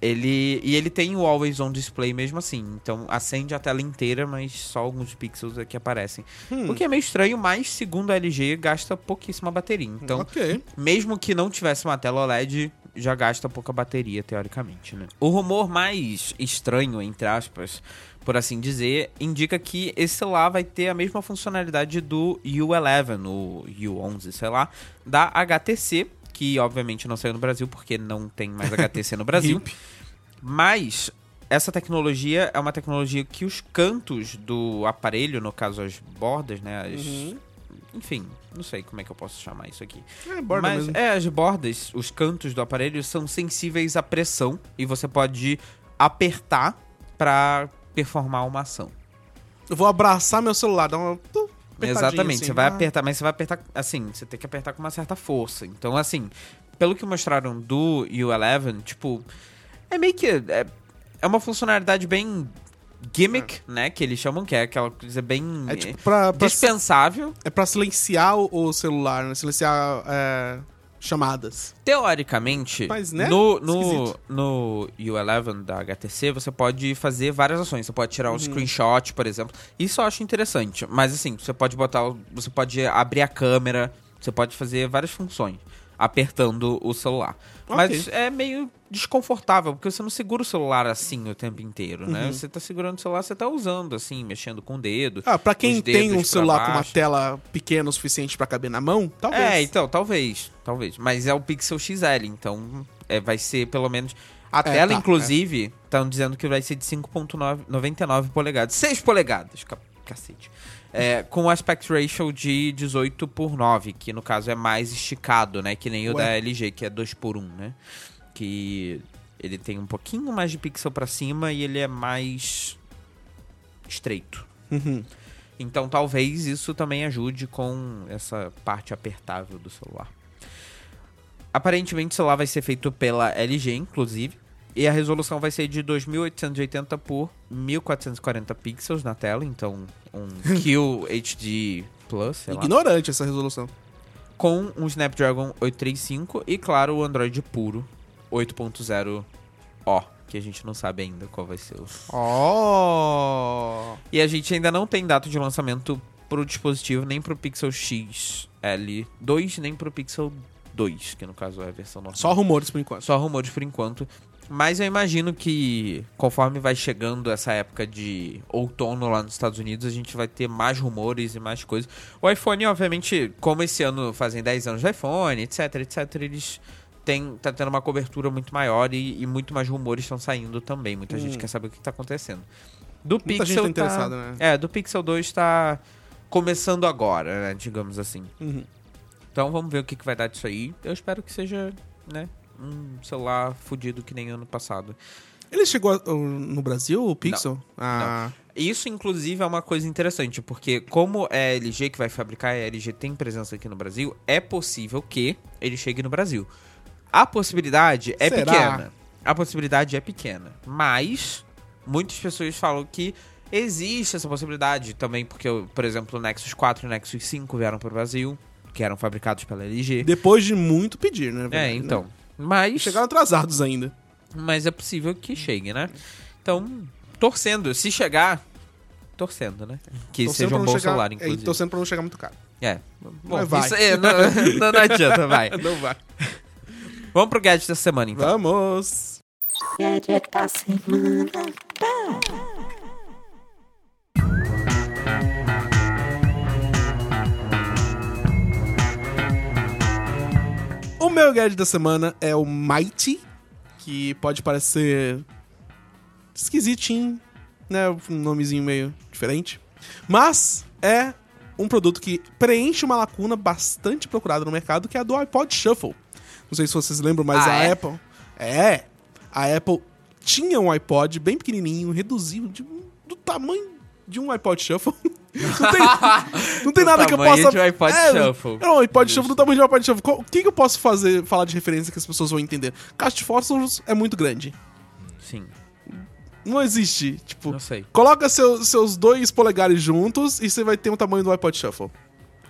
Speaker 3: ele, e ele tem o Always On Display mesmo assim. Então acende a tela inteira, mas só alguns pixels aqui aparecem. O que é meio estranho, mas segundo a LG, gasta pouquíssima bateria. Então,
Speaker 2: ok.
Speaker 3: mesmo que não tivesse uma tela OLED, já gasta pouca bateria, teoricamente, né? O rumor mais estranho, entre aspas, por assim dizer, indica que esse celular vai ter a mesma funcionalidade do U11, o U11, sei lá, da HTC, que obviamente não saiu no Brasil, porque não tem mais HTC no Brasil. Mas essa tecnologia é uma tecnologia que os cantos do aparelho, no caso as bordas, né? as- Enfim, não sei como é que eu posso chamar isso aqui.
Speaker 2: É borda
Speaker 3: Mas
Speaker 2: mesmo.
Speaker 3: é, as bordas, os cantos do aparelho são sensíveis à pressão e você pode apertar pra performar uma ação.
Speaker 2: Eu vou abraçar meu celular, dar uma. tu, apertadinha
Speaker 3: Exatamente,
Speaker 2: assim.
Speaker 3: você vai
Speaker 2: Ah,
Speaker 3: apertar, mas você vai apertar assim, você tem que apertar com uma certa força. Então, assim, pelo que mostraram do U11, tipo, é meio que. É, é uma funcionalidade bem gimmick, né? Que eles chamam, que é aquela coisa bem
Speaker 2: É tipo pra, pra,
Speaker 3: dispensável.
Speaker 2: é pra silenciar o, o celular, né? Silenciar é, chamadas.
Speaker 3: Teoricamente,
Speaker 2: Mas, né?
Speaker 3: no, no,
Speaker 2: Esquisito.
Speaker 3: no U11 da HTC, você pode fazer várias ações. Você pode tirar um
Speaker 2: Uhum.
Speaker 3: screenshot, por exemplo. Isso eu acho interessante. Mas assim, você pode botar. o- Você pode abrir a câmera. Você pode fazer várias funções apertando o celular.
Speaker 2: Ok.
Speaker 3: Mas é meio desconfortável, porque você não segura o celular assim o tempo inteiro, né?
Speaker 2: Uhum.
Speaker 3: Você tá segurando o celular, você tá usando, assim, mexendo com o dedo.
Speaker 2: Ah, pra quem
Speaker 3: os
Speaker 2: tem
Speaker 3: dedos
Speaker 2: um
Speaker 3: pra
Speaker 2: celular com uma
Speaker 3: baixo.
Speaker 2: tela pequena o suficiente pra caber na mão, talvez.
Speaker 3: É, então, talvez, talvez. Mas é o Pixel XL, então é, vai ser pelo menos. A tela,
Speaker 2: tá,
Speaker 3: inclusive, estão dizendo que vai ser de 5.99 polegadas. 6 polegadas, ca- cacete. É, com aspect ratio de 18 por 9, que no caso é mais esticado, né? Que nem o
Speaker 2: Ué.
Speaker 3: da LG, que é 2 por 1, né? Que ele tem um pouquinho mais de pixel pra cima e ele é mais estreito.
Speaker 2: Uhum.
Speaker 3: Então talvez isso também ajude com essa parte apertável do celular. Aparentemente o celular vai ser feito pela LG, inclusive, e a resolução vai ser de 2880 por 1440 pixels na tela, então um QHD Plus, sei lá.
Speaker 2: Ignorante essa resolução.
Speaker 3: com um Snapdragon 835 e, claro, o Android puro 8.0O, que a gente não sabe ainda qual vai ser o.
Speaker 2: Oh!
Speaker 3: E a gente ainda não tem data de lançamento pro dispositivo, nem pro Pixel XL2, nem pro Pixel 2, que no caso é a versão normal.
Speaker 2: Só rumores por enquanto.
Speaker 3: Só rumores por enquanto. Mas eu imagino que conforme vai chegando essa época de outono lá nos Estados Unidos, a gente vai ter mais rumores e mais coisas. O iPhone, obviamente, como esse ano fazem 10 anos do iPhone, etc, etc, eles têm, tá tendo uma cobertura muito maior e, e muito mais rumores estão saindo também. Muita gente quer saber o que está acontecendo. Do
Speaker 2: Muita gente
Speaker 3: Pixel
Speaker 2: tá interessada, né?
Speaker 3: É, do Pixel 2 tá começando agora, né, digamos assim.
Speaker 2: Uhum.
Speaker 3: Então vamos ver o que, que vai dar disso aí. Eu espero que seja, né, um celular fudido que nem ano passado.
Speaker 2: Ele chegou a- o- no Brasil, o Pixel? Ah,
Speaker 3: Isso, inclusive, é uma coisa interessante, porque como é a LG que vai fabricar, a LG tem presença aqui no Brasil, é possível que ele chegue no Brasil. A possibilidade é
Speaker 2: Será?
Speaker 3: pequena. A possibilidade é pequena. Mas muitas pessoas falam que existe essa possibilidade também, porque, por exemplo, o Nexus 4 e o Nexus 5 vieram para o Brasil, que eram fabricados pela LG.
Speaker 2: Depois de muito pedir, né?
Speaker 3: É,
Speaker 2: verdade, né?
Speaker 3: então. Mas.
Speaker 2: Chegaram atrasados ainda.
Speaker 3: Mas é possível que chegue, né? Então, torcendo. Se chegar, torcendo, né? Que
Speaker 2: Torcendo
Speaker 3: seja
Speaker 2: pra
Speaker 3: um
Speaker 2: não
Speaker 3: bom
Speaker 2: chegar-
Speaker 3: celular,
Speaker 2: é, e
Speaker 3: inclusive.
Speaker 2: torcendo pra não chegar muito caro.
Speaker 3: É. Bom,
Speaker 2: Mas vai.
Speaker 3: isso é, não, não- não adianta, vai.
Speaker 2: Não vai.
Speaker 3: Vamos pro gadget da semana, então.
Speaker 2: Vamos! O meu gadget da semana é o Mighty, que pode parecer esquisitinho, né? Um nomezinho meio diferente. Mas é um produto que preenche uma lacuna bastante procurada no mercado, que é a do iPod Shuffle. Não sei se vocês lembram, mas
Speaker 3: Ah,
Speaker 2: a
Speaker 3: é?
Speaker 2: Apple. É. A Apple tinha um iPod bem pequenininho, reduzível, de- um, do tamanho de um iPod Shuffle. Não tem, não tem
Speaker 3: Do
Speaker 2: nada que eu
Speaker 3: tamanho
Speaker 2: possa.
Speaker 3: de um iPod
Speaker 2: É,
Speaker 3: Shuffle.
Speaker 2: Era um iPod Shuffle do tamanho de um iPod Shuffle. Co- O que, que eu posso fazer, falar de referência que as pessoas vão entender? Cast Fossils é muito grande.
Speaker 3: Sim,
Speaker 2: Não existe. Tipo,
Speaker 3: não sei.
Speaker 2: coloca seu- seus dois polegares juntos e você vai ter o tamanho do iPod Shuffle.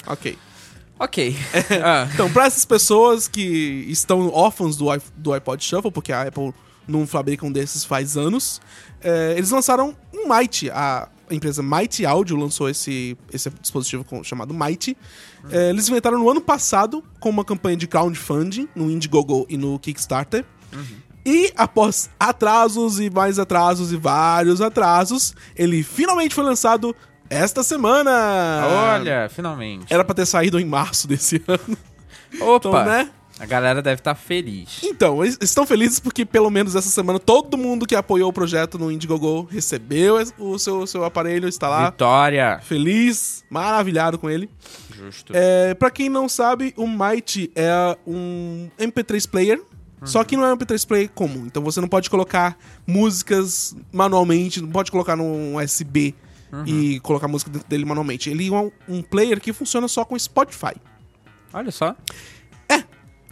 Speaker 2: Ok.
Speaker 3: Ok. Ah,
Speaker 2: Então, para essas pessoas que estão órfãos do, i- do iPod Shuffle, porque a Apple não fabrica um desses faz anos, é, eles lançaram um Mighty. A empresa Mighty Audio lançou esse, esse dispositivo com- chamado Mighty. É, eles inventaram no ano passado com uma campanha de crowdfunding no Indiegogo e no Kickstarter. E após atrasos e mais atrasos e vários atrasos, ele finalmente foi lançado esta semana. Ah.
Speaker 3: olha, finalmente.
Speaker 2: Era pra ter saído em março desse ano.
Speaker 3: Opa!
Speaker 2: Então, né?
Speaker 3: A galera deve estar feliz.
Speaker 2: Então, eles estão felizes porque pelo menos essa semana todo mundo que apoiou o projeto no Indiegogo recebeu es- o seu, seu aparelho, está lá
Speaker 3: Vitória!
Speaker 2: feliz, maravilhado com ele.
Speaker 3: Justo.
Speaker 2: É, para quem não sabe, o Mighty é um MP3 player, só que não é um MP3 player comum. Então você não pode colocar músicas manualmente, não pode colocar num USB e colocar música dentro dele manualmente. Ele é um, um player que funciona só com Spotify.
Speaker 3: Olha só. Que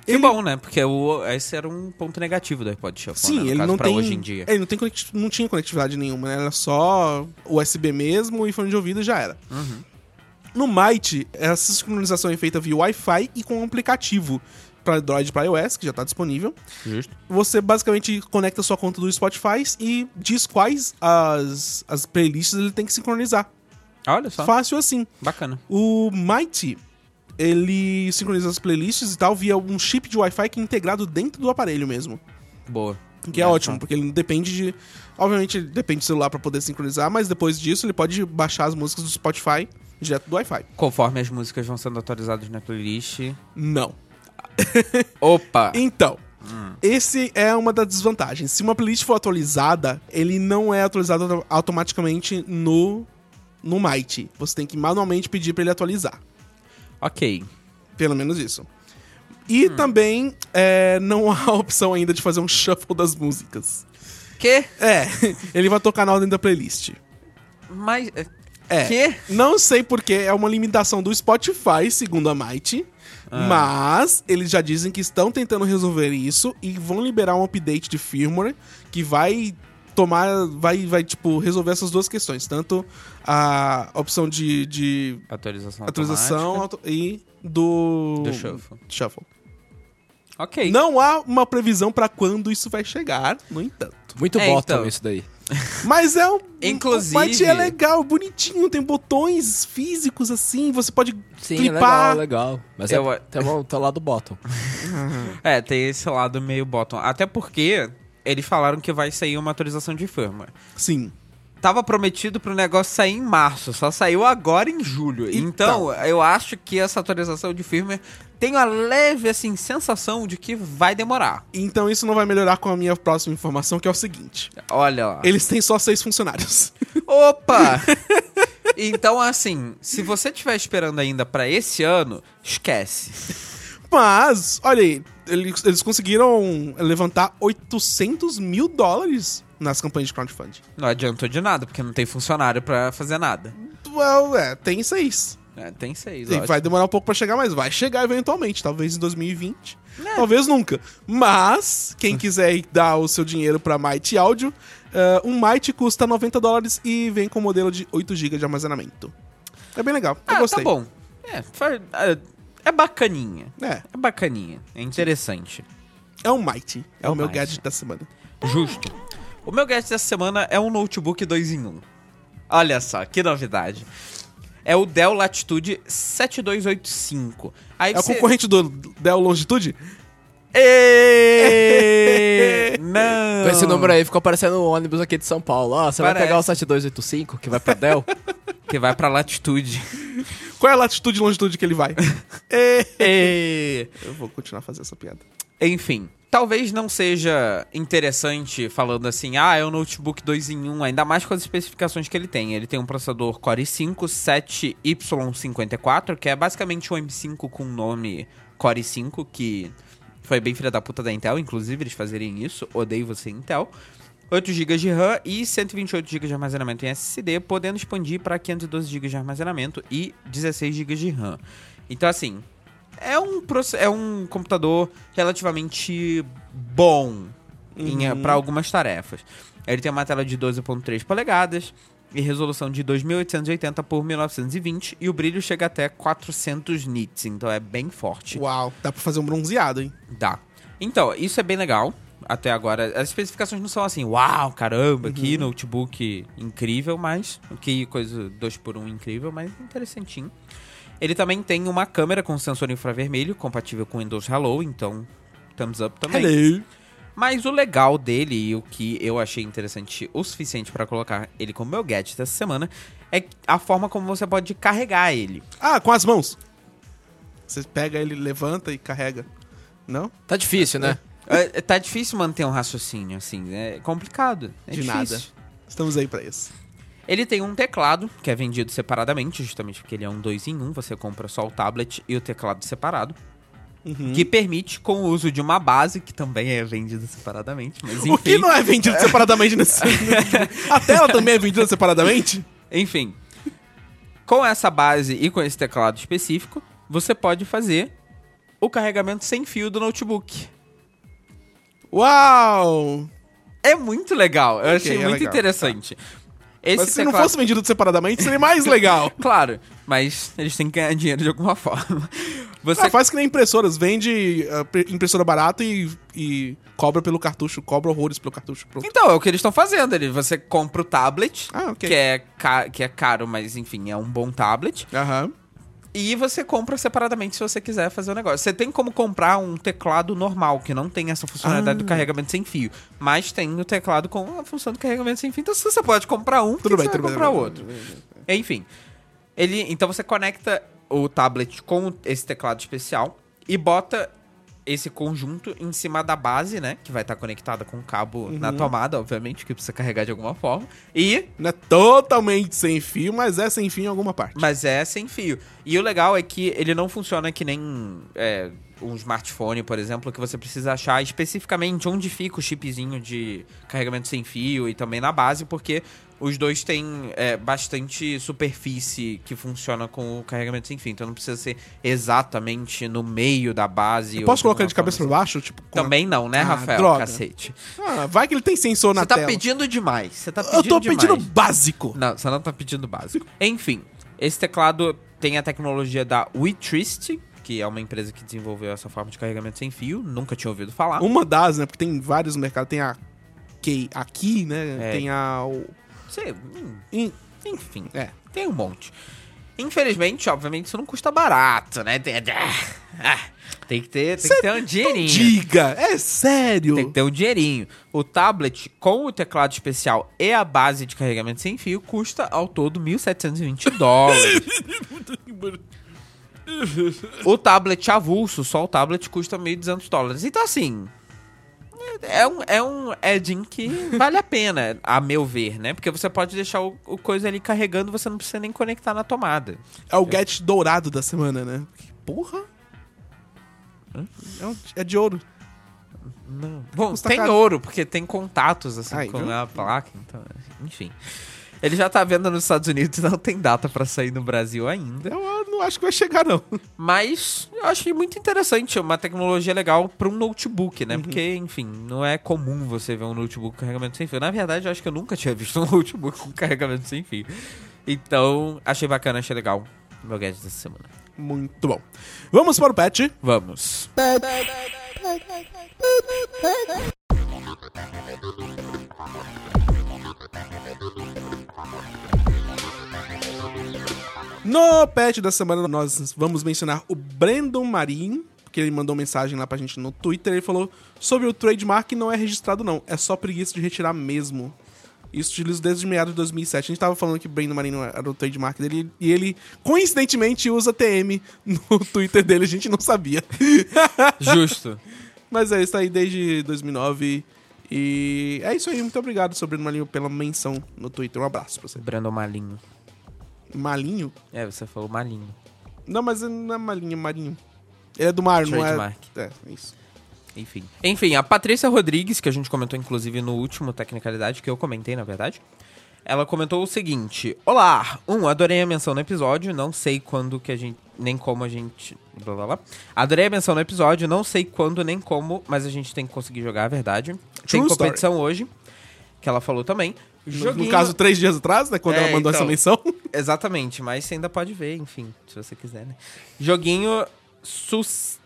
Speaker 2: É, Ele-
Speaker 3: bom, né? Porque o, esse era um ponto negativo do iPod Shuffle,
Speaker 2: Sim,
Speaker 3: né? No
Speaker 2: ele
Speaker 3: caso,
Speaker 2: não
Speaker 3: pra
Speaker 2: tem.
Speaker 3: hoje em dia.
Speaker 2: Ele não, tem conecti- não tinha conectividade nenhuma, né? Era só USB mesmo e fone de ouvido e já era.
Speaker 3: Uhum.
Speaker 2: No Mighty, essa sincronização é feita via Wi-Fi e com um aplicativo para Android e para iOS, que já está disponível.
Speaker 3: Justo.
Speaker 2: Você basicamente conecta sua conta do Spotify e diz quais as, as playlists ele tem que sincronizar.
Speaker 3: Olha só.
Speaker 2: Fácil assim.
Speaker 3: Bacana.
Speaker 2: O Mighty, ele sincroniza as playlists e tal via um chip de Wi-Fi que é integrado dentro do aparelho mesmo.
Speaker 3: Boa.
Speaker 2: Que é
Speaker 3: Olha
Speaker 2: ótimo, porque ele não depende de. Obviamente, ele depende do celular pra poder sincronizar, mas depois disso ele pode baixar as músicas do Spotify direto do Wi-Fi.
Speaker 3: Conforme as músicas vão sendo atualizadas na playlist.
Speaker 2: Não.
Speaker 3: Opa!
Speaker 2: Então, esse é uma das desvantagens. Se uma playlist for atualizada, ele não é atualizado auto- automaticamente no, no Mighty. Você tem que manualmente pedir pra ele atualizar.
Speaker 3: Ok.
Speaker 2: Pelo menos isso. E também é, não há a opção ainda de fazer um shuffle das músicas.
Speaker 3: Que?
Speaker 2: É, ele vai tocar na ordem da playlist.
Speaker 3: Mas.
Speaker 2: É.
Speaker 3: Que?
Speaker 2: Não sei porque é uma limitação do Spotify, segundo a Mighty.
Speaker 3: Ah.
Speaker 2: Mas eles já dizem que estão tentando resolver isso e vão liberar um update de firmware que vai tomar, vai, vai tipo, resolver essas duas questões. Tanto a opção de, de
Speaker 3: Atualização
Speaker 2: atualização
Speaker 3: automática.
Speaker 2: auto- e do...
Speaker 3: Do shuffle.
Speaker 2: Shuffle.
Speaker 3: Ok.
Speaker 2: Não há uma previsão pra quando isso vai chegar, no entanto.
Speaker 4: Muito
Speaker 3: É,
Speaker 4: bottom
Speaker 3: então.
Speaker 4: isso daí.
Speaker 2: Mas é um...
Speaker 3: Inclusive-
Speaker 2: O Mighty é legal, bonitinho, tem botões físicos assim, você pode
Speaker 3: é
Speaker 4: Sim,
Speaker 2: clipar.
Speaker 4: legal, legal. Mas
Speaker 3: Eu-
Speaker 4: é, tá, bom, tá lá do bottom.
Speaker 3: É, tem esse lado meio bottom. Até porque eles falaram que vai sair uma atualização de firmware.
Speaker 2: Sim.
Speaker 3: Tava prometido pro negócio sair em março, só saiu agora em julho. Então, eu acho que essa atualização de firmware tem uma leve, assim, sensação de que vai demorar.
Speaker 2: Então isso não vai melhorar com a minha próxima informação, que é o seguinte.
Speaker 3: Olha lá.
Speaker 2: Eles têm só seis funcionários.
Speaker 3: Opa! então, assim, se você estiver esperando ainda pra esse ano, esquece.
Speaker 2: Mas, olha aí, eles, eles conseguiram levantar 800 mil dólares nas campanhas de crowdfunding.
Speaker 3: Não adiantou de nada, porque não tem funcionário pra fazer nada.
Speaker 2: Well, é, tem seis.
Speaker 3: É, tem seis,
Speaker 2: E
Speaker 3: ótimo.
Speaker 2: vai demorar um pouco pra chegar, mas vai chegar eventualmente. Talvez em 2020,
Speaker 3: Né?
Speaker 2: talvez nunca. Mas, quem quiser ir dar o seu dinheiro pra Mighty Audio, eh, um Mighty custa 90 dólares e vem com o modelo de 8 GB de armazenamento. É bem legal, eu
Speaker 3: Ah,
Speaker 2: gostei.
Speaker 3: tá bom. É, fa- é, é bacaninha.
Speaker 2: É,
Speaker 3: É bacaninha. É interessante.
Speaker 2: é um Mighty. É,
Speaker 3: É um
Speaker 2: o meu
Speaker 3: Mighty.
Speaker 2: gadget da semana.
Speaker 3: Justo. O meu gadget dessa semana é um notebook 2 em 1. Olha só, que novidade. É o Dell Latitude 7285. Aí
Speaker 2: É o
Speaker 3: você-
Speaker 2: concorrente do Dell Longitude?
Speaker 3: Ê! Não!
Speaker 4: Com esse número aí ficou aparecendo um ônibus aqui de São Paulo. Ó, você vai
Speaker 3: Parece.
Speaker 4: pegar o 7285 que vai pra Dell?
Speaker 3: Que vai pra Latitude.
Speaker 2: Qual é a latitude e longitude que ele vai? É.
Speaker 3: Ê!
Speaker 2: Eu vou continuar fazendo essa piada.
Speaker 3: Enfim, talvez não seja interessante falando assim, ah, é um notebook 2 em 1, ainda mais com as especificações que ele tem. Ele tem um processador Core i5 7Y54, que é basicamente um M5 com nome Core i5, que foi bem filha da puta da Intel, inclusive eles fazerem isso, odeio você Intel. 8 GB de RAM e 128 GB de armazenamento em SSD, podendo expandir para 512 GB de armazenamento e 16 GB de RAM. Então assim, é um, proce- é um computador relativamente bom para algumas tarefas. Ele tem uma tela de 12.3 polegadas e resolução de 2880 por 1920 e o brilho chega até 400 nits, então é bem forte.
Speaker 2: Uau, dá pra fazer um bronzeado, hein?
Speaker 3: Dá. Então, isso é bem legal. Até agora, as especificações não são assim, uau, caramba, que
Speaker 2: Uhum.
Speaker 3: notebook incrível, mas. Que coisa 2x1 incrível, mas interessantinho. Ele também tem uma câmera com sensor infravermelho, compatível com Windows Hello, então thumbs up também.
Speaker 2: Hello.
Speaker 3: Mas o legal dele e o que eu achei interessante o suficiente pra colocar ele como meu gadget essa semana é a forma como você pode carregar ele.
Speaker 2: Ah, com as mãos. Você pega ele, levanta e carrega. Não?
Speaker 4: Tá difícil, né?
Speaker 3: É, tá difícil manter um raciocínio assim, é complicado. É
Speaker 2: De
Speaker 3: difícil.
Speaker 2: nada. Estamos aí pra isso.
Speaker 3: Ele tem um teclado, que é vendido separadamente, justamente porque ele é um 2 em 1, um, você compra só o tablet e o teclado separado,
Speaker 2: Uhum.
Speaker 3: que permite, com o uso de uma base, que também é vendida separadamente, mas enfim,
Speaker 2: O que não é vendido separadamente nesse. a tela também é vendida separadamente?
Speaker 3: enfim. Com essa base e com esse teclado específico, você pode fazer o carregamento sem fio do notebook.
Speaker 2: Uau!
Speaker 3: É muito legal, eu achei
Speaker 2: é
Speaker 3: muito
Speaker 2: legal, Tá.
Speaker 3: interessante. Esse
Speaker 2: Mas se não
Speaker 3: teclado-
Speaker 2: fosse vendido separadamente, seria mais legal.
Speaker 3: Claro, mas eles têm que ganhar dinheiro de alguma forma. Você
Speaker 2: Ah, faz que nem impressoras, vende ah, pre- impressora barata e, e cobra pelo cartucho, cobra horrores pelo cartucho. Pronto.
Speaker 3: Então, é o que eles estão fazendo. Ele, você compra o tablet,
Speaker 2: Ah, ok.
Speaker 3: que, é ca- que é caro, mas enfim, é um bom tablet.
Speaker 2: Aham.
Speaker 3: E você compra separadamente se você quiser fazer o negócio. Você tem como comprar um teclado normal, que não tem essa funcionalidade
Speaker 2: Ah.
Speaker 3: do carregamento sem fio. Mas tem o teclado com a função do carregamento sem fio. Então, se você pode comprar um, por
Speaker 2: Tudo
Speaker 3: que
Speaker 2: bem,
Speaker 3: você
Speaker 2: tudo
Speaker 3: vai
Speaker 2: bem.
Speaker 3: comprar
Speaker 2: tudo bem,
Speaker 3: outro.
Speaker 2: tudo bem.
Speaker 3: Enfim. Ele, então você conecta o tablet com esse teclado especial e bota esse conjunto em cima da base, né? Que vai estar conectada com o cabo
Speaker 2: Uhum.
Speaker 3: na tomada, obviamente, que precisa carregar de alguma forma. E.
Speaker 2: Não é totalmente sem fio, mas é sem fio em alguma parte.
Speaker 3: Mas é sem fio. E o legal é que ele não funciona que nem. é, um smartphone, por exemplo, que você precisa achar especificamente onde fica o chipzinho de carregamento sem fio e também na base, porque os dois têm é, bastante superfície que funciona com o carregamento sem fio. Então não precisa ser exatamente no meio da base.
Speaker 2: Eu
Speaker 3: ou
Speaker 2: posso colocar
Speaker 3: alguma
Speaker 2: ele de cabeça pra
Speaker 3: forma
Speaker 2: baixo? Tipo,
Speaker 3: assim.
Speaker 2: com a-
Speaker 3: Também não, né,
Speaker 2: Ah,
Speaker 3: Rafael?
Speaker 2: droga.
Speaker 3: Cacete.
Speaker 2: Ah, vai que ele tem sensor na
Speaker 3: Você tá
Speaker 2: tela.
Speaker 3: pedindo demais. Você tá
Speaker 2: Eu
Speaker 3: pedindo
Speaker 2: tô pedindo
Speaker 3: demais.
Speaker 2: básico.
Speaker 3: Não, você não tá pedindo básico. Enfim, esse teclado tem a tecnologia da Wetrist, que é uma empresa que desenvolveu essa forma de carregamento sem fio, nunca tinha ouvido falar.
Speaker 2: Uma das, né? Porque tem vários no mercado. Tem a Key aqui, né?
Speaker 3: É.
Speaker 2: Tem a. o-
Speaker 3: Você, hum,
Speaker 2: em-
Speaker 3: enfim,
Speaker 2: É.
Speaker 3: tem um monte. Infelizmente, obviamente, isso não custa barato, né? Tem, ah, tem que ter, tem que ter um dinheirinho.
Speaker 2: Diga! É sério!
Speaker 3: Tem que ter um dinheirinho. O tablet com o teclado especial e a base de carregamento sem fio custa ao todo 1.720 dólares. o tablet avulso, só o tablet custa 1.200 dólares. Então, assim. É um, é um add-in que vale a pena, a meu ver, né? Porque você pode deixar o, o coisa ali carregando, você não precisa nem conectar na tomada.
Speaker 2: É o gadget dourado da semana, né? Que Porra! É, um- é de ouro.
Speaker 3: Não. Bom,
Speaker 2: Custa
Speaker 3: tem
Speaker 2: caro.
Speaker 3: ouro, porque tem contatos assim
Speaker 2: Aí,
Speaker 3: com
Speaker 2: viu?
Speaker 3: a placa, então, enfim. Ele já tá vendo nos Estados Unidos, não tem data pra sair no Brasil ainda.
Speaker 2: É um, Eu não acho que vai chegar, não.
Speaker 3: Mas eu achei muito interessante, é uma tecnologia legal pra um notebook,
Speaker 2: Uhum.
Speaker 3: né? Porque, enfim, não é comum você ver um notebook com carregamento sem fio. Na verdade, eu acho que eu nunca tinha visto um notebook com carregamento sem fio. Então, achei bacana, achei legal. Meu gadget dessa semana.
Speaker 2: Muito bom. Vamos para o patch.
Speaker 3: Vamos.
Speaker 2: No patch da semana, nós vamos mencionar o Brandon Marim, que ele mandou mensagem lá pra gente no Twitter. Ele falou sobre o trademark não é registrado, não. É só preguiça de retirar mesmo. Isso utilizo desde meados de 2007. A gente tava falando que o Brandon Marim não era o trademark dele e ele, coincidentemente, usa TM no Twitter dele. A gente não sabia.
Speaker 3: Justo.
Speaker 2: Mas é isso aí desde 2009. E é isso aí. Muito obrigado, Sobrinho Malinho, pela menção no Twitter. Um abraço pra você.
Speaker 3: Brandon Malinho.
Speaker 2: Malinho?
Speaker 3: É, você falou Malinho.
Speaker 2: Não, mas não é Malinho, é Marinho. Ele é do mar, não é?
Speaker 3: Trademark.
Speaker 2: É, isso.
Speaker 3: Enfim. Enfim, a Patrícia Rodrigues, que a gente comentou inclusive no último Tecnicalidade, que eu comentei, na verdade. Ela comentou o seguinte: Olá! Um, adorei a menção no episódio, não sei quando que a gente. nem como a gente. Blá blá blá. Adorei a menção no episódio, não sei quando nem como, mas a gente tem que conseguir jogar, é verdade. tem
Speaker 2: True story.
Speaker 3: competição hoje, que ela falou também.
Speaker 2: No, no
Speaker 3: Joguinho-
Speaker 2: caso, três dias atrás, né? Quando
Speaker 3: É,
Speaker 2: ela mandou
Speaker 3: então.
Speaker 2: essa menção.
Speaker 3: Exatamente, mas você ainda pode ver, enfim, se você quiser, né? Joguinho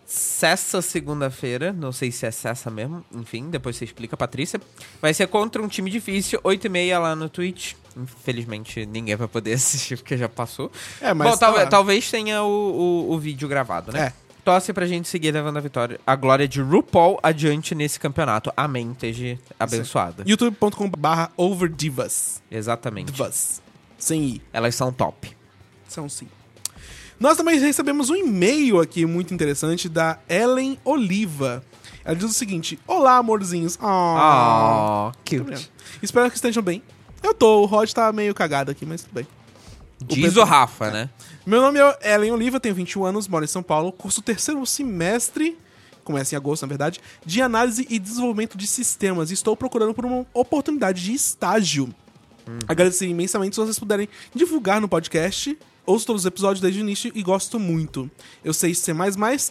Speaker 3: sucessa segunda-feira, não sei se é cessa mesmo, enfim, depois você explica, Patrícia. Vai ser contra um time difícil, 8h30 lá no Twitch. Infelizmente, ninguém vai poder assistir porque já passou.
Speaker 2: É, mas
Speaker 3: Bom,
Speaker 2: tá
Speaker 3: talvez-
Speaker 2: lá.
Speaker 3: talvez tenha o, o, o vídeo gravado, né?
Speaker 2: É.
Speaker 3: Torce pra gente seguir levando a vitória, a glória de RuPaul adiante nesse campeonato. Amém, esteja abençoada.
Speaker 2: youtube.com/barra overdivas.
Speaker 3: Exatamente.
Speaker 2: Divas. Sem i.
Speaker 3: Elas são top.
Speaker 2: São sim. Nós também recebemos um e-mail aqui muito interessante da Ellen Oliva. Ela diz o seguinte: Olá, amorzinhos. Ah.
Speaker 3: Ah, que
Speaker 2: Tudo bem. Espero que estejam bem. Eu tô, o Rod tá meio cagado aqui, mas tudo bem.
Speaker 3: Diz o Rafa, né?
Speaker 2: Meu nome é Ellen Oliva, tenho 21 anos, moro em São Paulo, curso terceiro semestre, começa em agosto, na verdade, de análise e desenvolvimento de sistemas. E estou procurando por uma oportunidade de estágio.
Speaker 3: Uhum.
Speaker 2: Agradecer imensamente se vocês puderem divulgar no podcast. Ouço todos os episódios desde o início e gosto muito. Eu sei C++,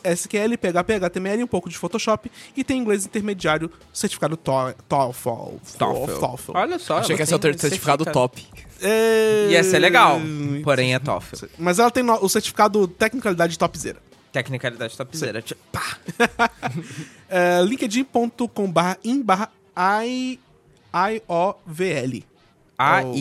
Speaker 2: SQL, PHP, HTML, um pouco de Photoshop e tenho inglês intermediário certificado TOEFL.
Speaker 3: TOEFL. Olha só.
Speaker 4: Achei
Speaker 3: ela
Speaker 4: que esse
Speaker 3: tem
Speaker 4: é o ter- certificado top.
Speaker 2: É...
Speaker 3: Ia ser legal, porém é TOEFL.
Speaker 2: Mas ela tem no- o certificado Tecnicalidade Topzera.
Speaker 3: Tecnicalidade topzera. Tipo, pá.
Speaker 2: É, linkedin.com barra in barra I- IOVL.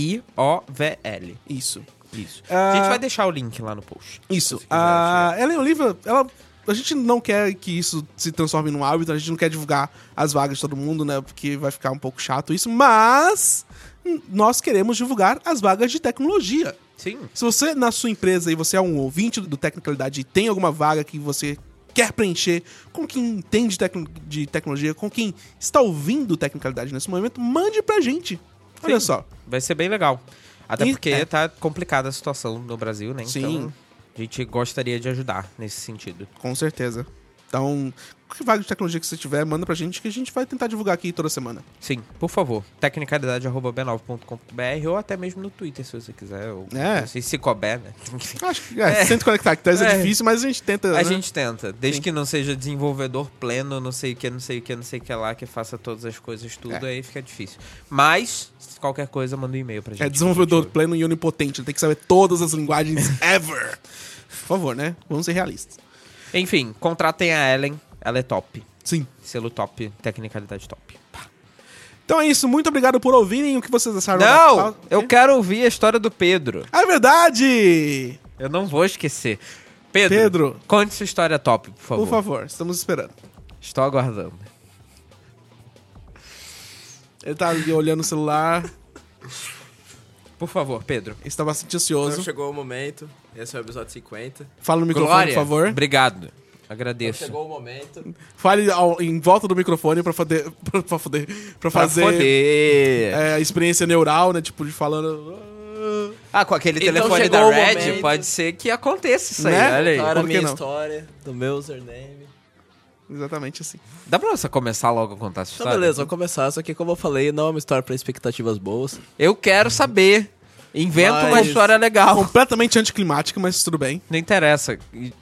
Speaker 3: A-I-O-V-L.
Speaker 2: Isso.
Speaker 3: Isso.
Speaker 2: Ah.
Speaker 3: A gente vai deixar o link lá no post.
Speaker 2: Isso.
Speaker 3: Se quiser
Speaker 2: A Ellen Oliva, Ah, ela... A gente não quer que isso se transforme num hábito, a gente não quer divulgar as vagas de todo mundo, né? Porque vai ficar um pouco chato isso, mas hum, nós queremos divulgar as vagas de tecnologia.
Speaker 3: Sim.
Speaker 2: Se você, na sua empresa, e você é um ouvinte do Tecnicalidade e tem alguma vaga que você quer preencher com quem entende tecno- de tecnologia, com quem está ouvindo Tecnicalidade nesse momento, mande pra gente. Olha
Speaker 3: Sim.
Speaker 2: só.
Speaker 3: Vai ser bem legal. Até
Speaker 2: E-
Speaker 3: porque
Speaker 2: é.
Speaker 3: tá complicada a situação no Brasil, né?
Speaker 2: Sim.
Speaker 3: Então, a gente gostaria de ajudar nesse sentido.
Speaker 2: Com certeza. Então, qualquer vaga de tecnologia que você tiver, manda pra gente que a gente vai tentar divulgar aqui toda semana.
Speaker 3: Sim, por favor. Tecnicalidade.b9.com.br ou até mesmo no Twitter, se você quiser. Ou,
Speaker 2: É.
Speaker 3: não sei, se couber, né? Enfim.
Speaker 2: Acho que é, é. sendo conectactores é.
Speaker 3: É.
Speaker 2: difícil, mas a gente tenta.
Speaker 3: A
Speaker 2: né?
Speaker 3: gente tenta. Desde
Speaker 2: Sim.
Speaker 3: que não seja desenvolvedor pleno, não sei o que, não sei o que, não sei o que lá, que faça todas as coisas,
Speaker 2: É.
Speaker 3: tudo, aí fica difícil. Mas, se qualquer coisa, manda um e-mail pra gente.
Speaker 2: É desenvolvedor
Speaker 3: que a gente
Speaker 2: pleno e onipotente. Ele tem que saber todas as linguagens ever. Por favor, né? Vamos ser realistas.
Speaker 3: ouve. Enfim, contratem a Ellen. Ela é top.
Speaker 2: Sim.
Speaker 3: Selo top, tecnicalidade top.
Speaker 2: Então é isso. Muito obrigado por ouvirem o que vocês acharam. da
Speaker 3: Não!
Speaker 2: pauta.
Speaker 3: Eu quero ouvir a história do Pedro.
Speaker 2: É verdade!
Speaker 3: Eu não vou esquecer. Pedro,
Speaker 2: Pedro.
Speaker 3: conte sua história top, por favor.
Speaker 2: Por favor, estamos esperando.
Speaker 3: Estou aguardando.
Speaker 2: Ele tá ali olhando o celular,
Speaker 3: Por favor, Pedro.
Speaker 2: está bastante
Speaker 4: Então
Speaker 2: ansioso.
Speaker 4: chegou o momento. Esse é o episódio 50.
Speaker 2: Fala no microfone,
Speaker 4: Glória.
Speaker 2: por favor.
Speaker 3: Obrigado. Agradeço.
Speaker 4: Chegou o momento.
Speaker 2: Fale ao- em volta do microfone pra poder. pra, pra poder- pra
Speaker 3: Pra
Speaker 2: fazer.
Speaker 3: poder.
Speaker 2: é, a experiência neural, né? Tipo, de falando.
Speaker 3: Ah, com aquele
Speaker 4: Então
Speaker 3: telefone
Speaker 4: chegou
Speaker 3: da
Speaker 4: o
Speaker 3: Red,
Speaker 4: momento. Tá.
Speaker 3: pode ser que aconteça isso
Speaker 2: Né?
Speaker 3: aí. Olha aí.
Speaker 4: Para a
Speaker 2: por que
Speaker 4: minha
Speaker 2: não?
Speaker 4: história, do meu username.
Speaker 2: Exatamente assim.
Speaker 3: Dá pra você começar logo a contar essa
Speaker 4: Então
Speaker 3: história?
Speaker 4: beleza, vamos começar. Só que como eu falei, não é uma história para expectativas boas.
Speaker 3: Eu quero saber. Inventa uma
Speaker 4: Mas-
Speaker 3: história legal.
Speaker 2: Completamente anticlimática, mas tudo bem.
Speaker 3: Não interessa. E-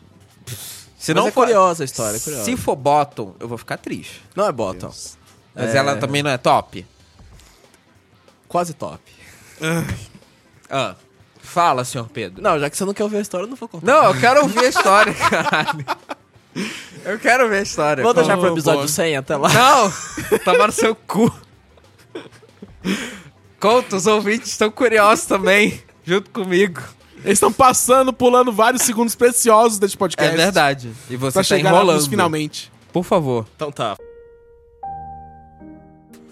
Speaker 3: Se
Speaker 4: Mas
Speaker 3: não
Speaker 4: é
Speaker 3: for...
Speaker 4: curiosa a história, é curiosa.
Speaker 3: Se for bottom, eu vou ficar triste.
Speaker 4: Não é bottom.
Speaker 3: Mas
Speaker 4: É.
Speaker 3: ela também não é top?
Speaker 4: Quase top.
Speaker 3: Ah. Fala, senhor Pedro.
Speaker 4: Não, já que você não quer ouvir a história, eu não vou contar.
Speaker 3: Não, eu quero ouvir a história, caralho. Eu quero ver a história.
Speaker 4: então Vou deixar
Speaker 2: Oh,
Speaker 4: pro episódio
Speaker 2: boy.
Speaker 4: 100 até lá.
Speaker 3: Não! Tava no seu cu. Conta, os ouvintes estão curiosos também, junto comigo.
Speaker 2: Eles estão passando, pulando vários segundos preciosos deste
Speaker 3: É
Speaker 2: podcast.
Speaker 3: verdade. E você
Speaker 2: Pra
Speaker 3: tá
Speaker 2: chegar
Speaker 3: enrolando.
Speaker 2: nos finalmente.
Speaker 3: Por favor.
Speaker 4: Então tá.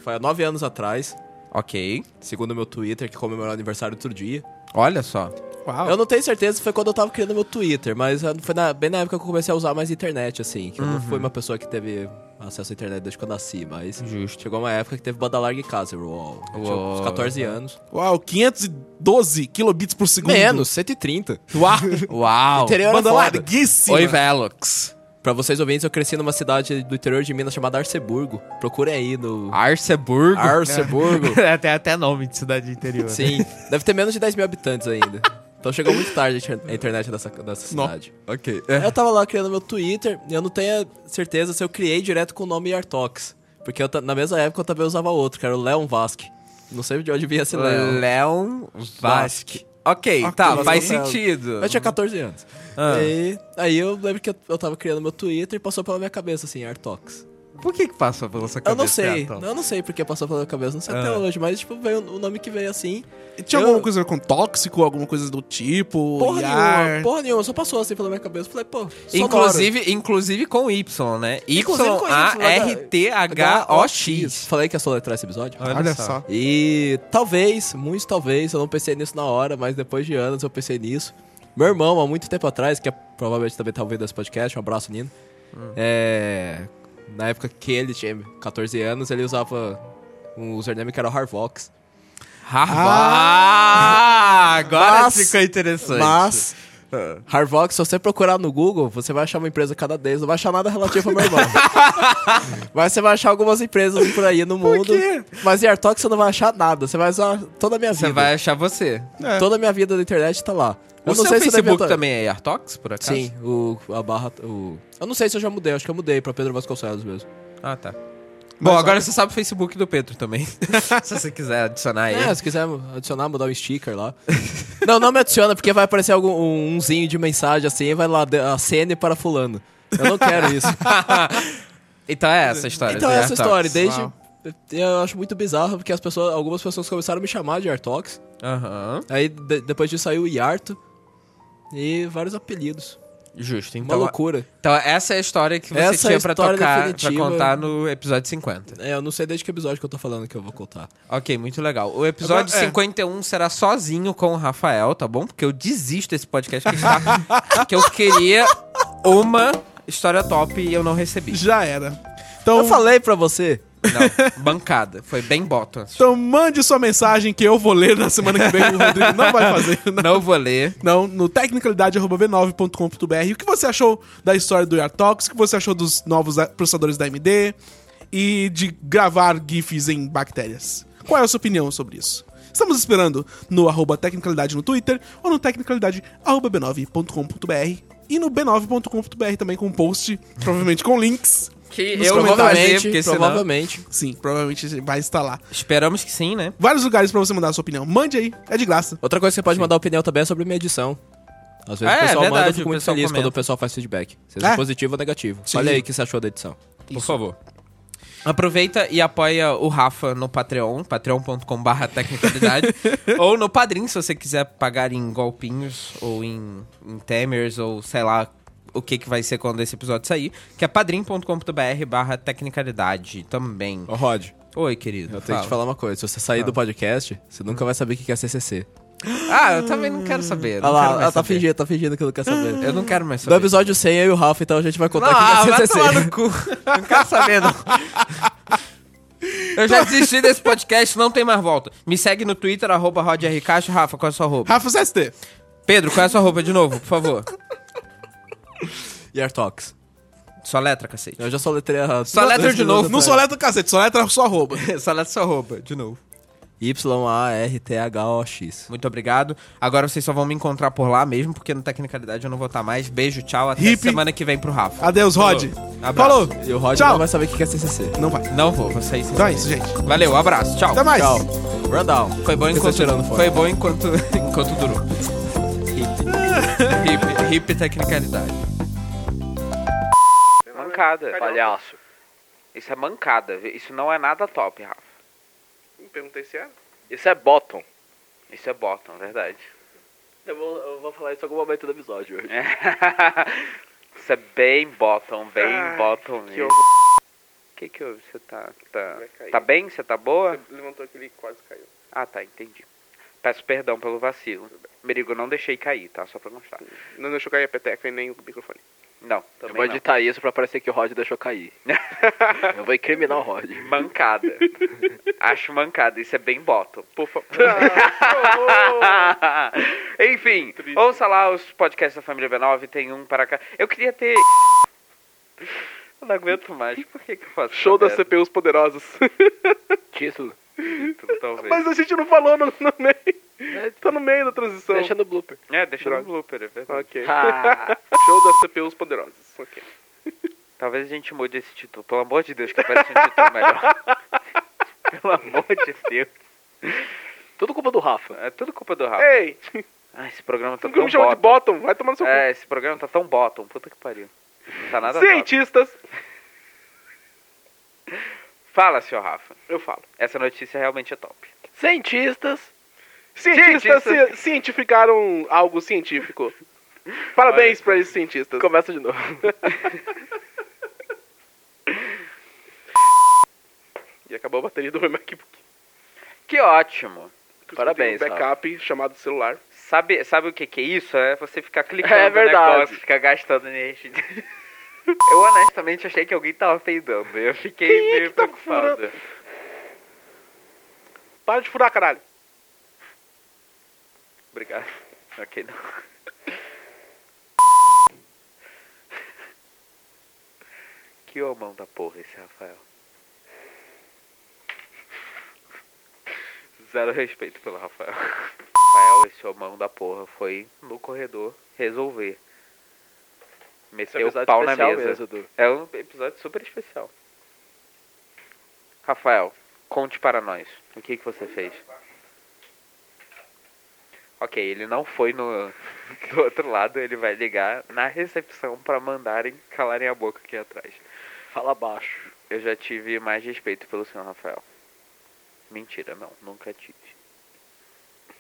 Speaker 4: Foi há nove anos atrás,
Speaker 3: Ok.
Speaker 4: segundo meu Twitter, que comemorou aniversário outro dia.
Speaker 3: Olha só.
Speaker 2: Uau.
Speaker 4: Eu não tenho certeza se foi quando eu tava criando meu Twitter, mas ah, foi na- bem na época que eu comecei a usar mais internet, assim. Que eu não fui uma pessoa que teve acesso à internet desde que eu nasci, mas...
Speaker 3: Justo.
Speaker 4: Chegou uma época que teve banda larga em casa, uau. Eu Tinha
Speaker 3: Uou.
Speaker 4: uns 14 anos.
Speaker 2: Uau, 512 kilobits por segundo.
Speaker 4: Menos, 130.
Speaker 2: Uau.
Speaker 3: Uau.
Speaker 4: Interior
Speaker 2: Banda
Speaker 4: é foda.
Speaker 2: larguíssima.
Speaker 3: Oi, Velox.
Speaker 4: Pra vocês ouvintes, eu cresci numa cidade do interior de Minas chamada Arceburgo. Procurem aí
Speaker 3: Ah,
Speaker 4: no...
Speaker 3: Arceburgo.
Speaker 4: Arceburgo.
Speaker 3: Tem até nome de cidade interior.
Speaker 4: Sim, deve ter menos de 10 mil habitantes ainda. Então chegou muito tarde a inter- a internet dessa, dessa
Speaker 2: Não.
Speaker 4: cidade.
Speaker 3: Ok.
Speaker 4: Eu tava lá criando meu Twitter e eu não tenho certeza se eu criei direto com o nome Artox. Porque eu ta- na mesma época eu também usava outro, que era o Leon Vasque. Não sei de onde vinha esse Leon.
Speaker 3: Leon Vasque. Ok, tá,
Speaker 2: Ok.
Speaker 3: faz sentido.
Speaker 4: Eu tinha 14 anos.
Speaker 3: Ah.
Speaker 4: E aí eu lembro que eu, eu tava criando meu Twitter e passou pela minha cabeça, assim, Artox.
Speaker 3: Por que que passou pela sua cabeça?
Speaker 4: Eu não sei,
Speaker 3: Atom?
Speaker 4: eu não sei porque passou pela minha cabeça, não sei até
Speaker 3: Ah.
Speaker 4: hoje, mas tipo, veio o nome que veio assim.
Speaker 2: Tinha
Speaker 4: Eu-
Speaker 2: alguma coisa com tóxico, alguma coisa do tipo?
Speaker 4: Porra
Speaker 2: iar?
Speaker 4: nenhuma, porra nenhuma, só passou assim pela minha cabeça. Falei, pô, sonoro.
Speaker 3: Inclusive, inclusive com Y, né?
Speaker 4: Inclusive com Y,
Speaker 3: Y-A-R-T-H-O-X.
Speaker 4: Falei que ia soletrar esse episódio?
Speaker 3: Ah.
Speaker 2: Olha só.
Speaker 4: E talvez, muito talvez, eu não pensei nisso na hora, mas depois de anos eu pensei nisso. Meu irmão, há muito tempo atrás, que é- provavelmente também tá ouvindo esse podcast, um abraço, Nino.
Speaker 3: Hum.
Speaker 4: É, na época que ele tinha 14 anos, ele usava um username que era o Harvox.
Speaker 3: Ah, agora
Speaker 4: Mas-
Speaker 3: ficou interessante.
Speaker 4: Mas,
Speaker 3: Ah.
Speaker 4: Harvox, se você procurar no Google, você vai achar uma empresa canadense, não vai achar nada relativo ao meu irmão. mas você vai achar algumas empresas por aí no mundo.
Speaker 2: quê?
Speaker 4: Mas em Artox você não vai achar nada, você vai usar toda a minha vida.
Speaker 3: Você vai achar você.
Speaker 2: É.
Speaker 4: Toda a minha vida na internet tá lá.
Speaker 3: O
Speaker 4: Eu não
Speaker 3: seu
Speaker 4: sei se eu devia
Speaker 3: Facebook
Speaker 4: atu-
Speaker 3: também é Artox, por acaso?
Speaker 4: Sim, o, a barra. O... Eu não sei se eu já mudei, acho que eu mudei pra Pedro Vasconcelos mesmo.
Speaker 3: Ah, tá. Bom, agora você sabe o Facebook do Pedro também. se você quiser adicionar ele.
Speaker 4: É, se quiser adicionar, mudar um sticker lá. não, não me adiciona, porque vai aparecer algum, um- umzinho de mensagem assim e vai lá, de- acene para fulano. Eu não quero isso.
Speaker 3: então é essa a história.
Speaker 4: então
Speaker 3: do
Speaker 4: é essa
Speaker 3: Artox.
Speaker 4: história. Desde.
Speaker 2: Uau.
Speaker 4: Eu acho muito bizarro, porque as pessoas, algumas pessoas começaram a me chamar de Artox.
Speaker 3: Aham.
Speaker 4: Aí de- depois disso saiu o Yarto. E vários apelidos.
Speaker 3: Justo.
Speaker 4: Uma
Speaker 3: Então,
Speaker 4: loucura.
Speaker 3: então essa é a história que você
Speaker 4: Essa é a
Speaker 3: tinha pra
Speaker 4: história
Speaker 3: tocar, pra
Speaker 4: definitiva.
Speaker 3: contar no episódio 50.
Speaker 4: É, eu não sei desde que episódio que eu tô falando que eu vou contar.
Speaker 3: Ok, muito legal. O episódio
Speaker 2: Agora, é.
Speaker 3: 51 será sozinho com o Rafael, tá bom? Porque eu desisto desse podcast que, está, que eu queria uma história top e eu não recebi.
Speaker 2: Já era. Então,
Speaker 4: Eu falei pra você.
Speaker 3: Não, bancada. Foi bem bottom.
Speaker 2: Então mande sua mensagem que eu vou ler na semana que vem. O Rodrigo não vai fazer. Não,
Speaker 3: Não vou ler.
Speaker 2: não no technicalidade.v9.com.br. O que você achou da história do Yartox? O que você achou dos novos a- processadores da AMD? E de gravar GIFs em bactérias? Qual é a sua opinião sobre isso? Estamos esperando no arroba Tecnicalidade no Twitter ou no technicalidade.b9.com.br e no b9.com.br também com um post, provavelmente com links.
Speaker 3: Que
Speaker 2: Nos
Speaker 3: eu vou fazer,
Speaker 4: provavelmente,
Speaker 3: porque senão...
Speaker 4: provavelmente.
Speaker 2: Sim, provavelmente vai estar lá.
Speaker 3: Esperamos que sim, né?
Speaker 2: Vários lugares pra você mandar a sua opinião. Mande aí, é de graça.
Speaker 4: Outra coisa que você pode mandar opinião também é sobre minha edição. Às vezes
Speaker 3: É,
Speaker 4: o pessoal manda,
Speaker 3: verdade,
Speaker 4: eu fico
Speaker 3: o
Speaker 4: muito
Speaker 3: pessoal
Speaker 4: feliz
Speaker 3: comenta.
Speaker 4: quando o pessoal faz feedback. Seja
Speaker 2: É.
Speaker 4: positivo ou negativo.
Speaker 2: Sim.
Speaker 4: Olha aí o que você achou da edição.
Speaker 3: Por favor. Aproveita e apoia o Rafa no Patreon, patreon.com.br tecnicalidade, ou no Padrim, se você quiser pagar em golpinhos, ou em, em temers, ou sei lá o que, que vai ser quando esse episódio sair, que é padrim.com.br barra tecnicalidade também.
Speaker 4: Ô, Rod,
Speaker 3: Oi, querido.
Speaker 4: eu tenho que te falar uma coisa. Se você sair do podcast, você nunca vai saber o que é CCC.
Speaker 3: Ah, eu também não quero saber. não
Speaker 4: Olha
Speaker 3: quero
Speaker 4: lá,
Speaker 3: mais
Speaker 4: ela tá
Speaker 3: saber.
Speaker 4: fingindo, um tá fingindo que não quer saber.
Speaker 3: Eu não quero mais
Speaker 4: No
Speaker 3: saber.
Speaker 4: episódio 100, eu e o Rafa, então a gente vai
Speaker 3: Não,
Speaker 4: contar
Speaker 3: ah,
Speaker 4: o que é
Speaker 3: vai
Speaker 4: CCC.
Speaker 3: tomar no cu. Não quero saber, não. Eu já desisti desse podcast, não tem mais volta. Me segue no Twitter, arroba Rod R. Castro. Rafa, qual é a sua roupa?
Speaker 2: Rafa CST.
Speaker 3: Pedro, qual é a sua roupa de novo, por favor?
Speaker 4: Yartox.
Speaker 3: Sua letra, cacete.
Speaker 4: Eu já soletrei a...
Speaker 3: Só letra de novo,
Speaker 2: Não soleta é o cacete, soleta sua arroba.
Speaker 3: Sua letra, é sua roupa, de novo.
Speaker 4: Y-A-R-T-H-O-X.
Speaker 3: Muito obrigado. Agora vocês só vão me encontrar por lá mesmo, porque no Tecnicalidade eu não vou estar mais. Beijo, tchau. Até
Speaker 2: Hippie.
Speaker 3: semana que vem pro Rafa.
Speaker 2: Adeus, Rod.
Speaker 3: Abraço.
Speaker 2: Falou.
Speaker 4: E o Rod
Speaker 2: Tchau.
Speaker 4: não vai saber o que é CCC.
Speaker 2: Não vai.
Speaker 3: Não vou, vocês.
Speaker 2: Então é isso, gente.
Speaker 3: Valeu, abraço, tchau.
Speaker 2: Até mais.
Speaker 4: Tchau. Rundown.
Speaker 3: Foi bom
Speaker 4: Por que
Speaker 3: enquanto.
Speaker 4: você tá tirando fora?
Speaker 3: Foi bom enquanto, enquanto durou. Hip. hip, hip tecnicalidade. Mancada, palhaço. Isso é mancada. Isso não é nada top, Rafa.
Speaker 5: Perguntei se era.
Speaker 6: Isso é bottom.
Speaker 3: Isso é bottom, verdade.
Speaker 6: Eu vou, eu vou falar isso em algum momento do episódio hoje.
Speaker 3: Isso é bem bottom, bem
Speaker 5: Ai,
Speaker 3: bottom
Speaker 5: que
Speaker 3: mesmo.
Speaker 5: horror.
Speaker 3: Que que houve? Você tá, tá,
Speaker 5: Vai cair.
Speaker 3: tá bem? Você tá boa?
Speaker 5: Você levantou aquele que quase caiu.
Speaker 3: Ah, tá, entendi. Peço perdão pelo vacilo. Merigo, não deixei cair, tá? Só pra constar.
Speaker 5: Não deixou cair a peteca e nem o microfone.
Speaker 3: Não,
Speaker 6: eu
Speaker 3: também
Speaker 6: vou
Speaker 3: não.
Speaker 6: editar isso pra parecer que o Rod deixou cair. eu vou incriminar o Rod.
Speaker 3: Mancada. Acho mancada, isso é bem bottom.
Speaker 5: Por favor. Ah,
Speaker 3: Enfim,
Speaker 5: Triste.
Speaker 3: ouça lá os podcasts da família B9, tem um para cá. Eu queria ter. Eu não aguento mais, por que, que eu faço
Speaker 5: Show das
Speaker 3: essa merda?
Speaker 5: CPUs poderosas.
Speaker 6: Título.
Speaker 3: Talvez.
Speaker 5: Mas a gente não falou no, no meio. Tá no meio da transição.
Speaker 6: Deixa no blooper.
Speaker 3: É, deixa no
Speaker 5: Droga.
Speaker 3: blooper, é verdade.
Speaker 5: Ok.
Speaker 6: Ah.
Speaker 5: Show das CPUs poderosas. Ok.
Speaker 3: Talvez a gente mude esse título. Pelo amor de Deus, que aparece um título melhor. Pelo amor de Deus.
Speaker 6: Tudo culpa do Rafa.
Speaker 3: É tudo culpa do Rafa.
Speaker 5: Ei,
Speaker 3: Ah, esse programa tá
Speaker 5: tu que
Speaker 3: tão
Speaker 5: me chama de
Speaker 3: bottom.
Speaker 5: bottom? Vai tomar no seu
Speaker 3: É, esse programa tá tão bottom. Puta que pariu. Não tá
Speaker 5: cu.
Speaker 3: nada top.
Speaker 5: Cientistas.
Speaker 3: Fala, senhor Rafa.
Speaker 5: Eu falo.
Speaker 3: Essa notícia realmente é top.
Speaker 6: Cientistas.
Speaker 5: Cientistas
Speaker 3: Cientistas.
Speaker 5: ci- cientificaram algo científico. Parabéns pra esses cientistas.
Speaker 6: Começa de novo.
Speaker 5: E acabou a bateria do meu MacBook.
Speaker 3: Que ótimo.
Speaker 5: Por isso que eu
Speaker 6: Parabéns,
Speaker 5: tenho Um backup chamado celular.
Speaker 3: Sabe, sabe o que, que é isso? É você ficar clicando
Speaker 6: É
Speaker 3: no
Speaker 6: verdade.
Speaker 3: negócio, ficar gastando energia. Eu honestamente achei que alguém tava peidando. Eu fiquei
Speaker 5: Quem é
Speaker 3: meio
Speaker 5: que tá
Speaker 3: preocupado.
Speaker 5: Para de furar, caralho.
Speaker 3: Obrigado. Ok, não. Que homão da porra esse Rafael. Zero respeito pelo Rafael. Rafael, esse homão da porra, foi no corredor resolver. Meteu o pau na mesa.
Speaker 6: Edu.
Speaker 3: É um episódio super especial. Rafael, conte para nós. O que, que você fez? Ok, ele não foi no do outro lado, ele vai ligar na recepção para mandarem calarem a boca aqui atrás.
Speaker 6: Fala baixo.
Speaker 3: Eu já tive mais respeito pelo senhor Rafael. Mentira, não, nunca tive.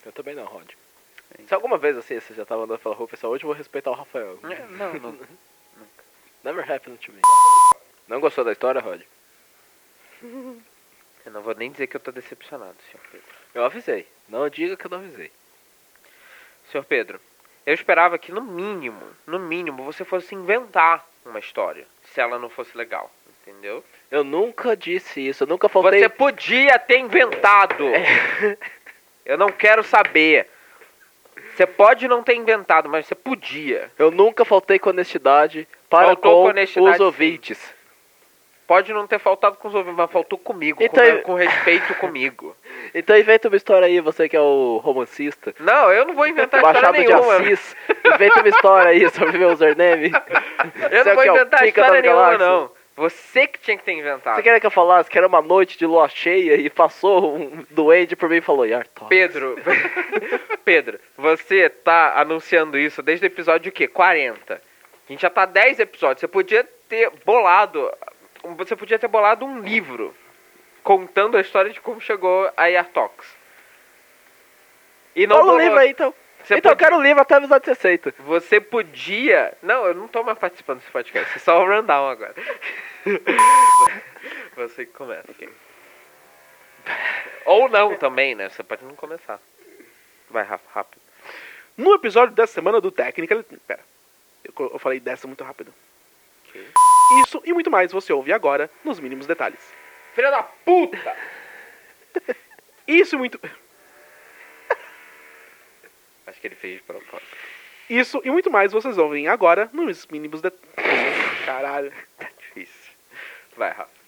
Speaker 6: Eu também não, Rod. Se alguma vez assim você já tava andando pela rua, pessoal, hoje eu vou respeitar o Rafael.
Speaker 3: É, Não, não.
Speaker 6: Never happened to me. Não gostou da história, Rod?
Speaker 3: Eu não vou nem dizer que eu tô decepcionado, senhor Pedro.
Speaker 6: Eu avisei. Não diga que eu não avisei.
Speaker 3: Senhor Pedro, eu esperava que no mínimo, no mínimo, você fosse inventar uma história, se ela não fosse legal,
Speaker 4: Entendeu? Eu nunca disse isso, eu nunca faltei.
Speaker 3: Você podia ter inventado.
Speaker 4: É.
Speaker 3: Eu não quero saber. Você pode não ter inventado, mas você podia.
Speaker 4: Eu nunca faltei com honestidade para
Speaker 3: Faltou
Speaker 4: com,
Speaker 3: com honestidade,
Speaker 4: os
Speaker 3: sim.
Speaker 4: ouvintes.
Speaker 3: Pode não ter faltado com os ouvintes, mas faltou comigo.
Speaker 4: Então
Speaker 3: com,
Speaker 4: eu-
Speaker 3: com respeito comigo.
Speaker 4: Então inventa uma história aí, você que é o romancista.
Speaker 3: Não, eu não vou inventar história
Speaker 4: Baixado de
Speaker 3: nenhuma.
Speaker 4: Assis. Inventa uma história aí sobre meu username.
Speaker 3: Eu
Speaker 4: Você
Speaker 3: não vou
Speaker 4: que é o
Speaker 3: inventar
Speaker 4: pica
Speaker 3: história
Speaker 4: das
Speaker 3: nenhuma,
Speaker 4: galáxias.
Speaker 3: não. Você que tinha que ter inventado.
Speaker 4: Você queria que eu falasse que era uma noite de lua cheia e passou um duende por mim e falou, Yar, top.
Speaker 3: Pedro, Pedro, você tá anunciando isso desde o episódio o quê? 40. A gente já tá 10 episódios. Você podia ter bolado, você podia ter bolado um livro contando a história de como chegou a Yartox. E não
Speaker 4: Fala o
Speaker 3: bolou.
Speaker 4: livro aí, então.
Speaker 3: Você
Speaker 4: então eu
Speaker 3: podia-
Speaker 4: quero o livro até avisar de 60.
Speaker 3: Você podia. Não, eu não tô mais participando desse podcast. É só o rundown agora. Você que começa. Ou não também, né? Você pode não começar. Vai, Rafa, rápido.
Speaker 2: No episódio dessa semana do Técnica. Pera. Eu, co- eu falei dessa muito rápido. Isso e muito mais você ouve agora nos mínimos detalhes.
Speaker 3: Filha da puta!
Speaker 2: Isso e muito.
Speaker 3: Acho que ele fez de propósito.
Speaker 2: Isso e muito mais vocês ouvem agora nos mínimos detalhes. Caralho.
Speaker 3: Difícil. Tá Vai, Rafa.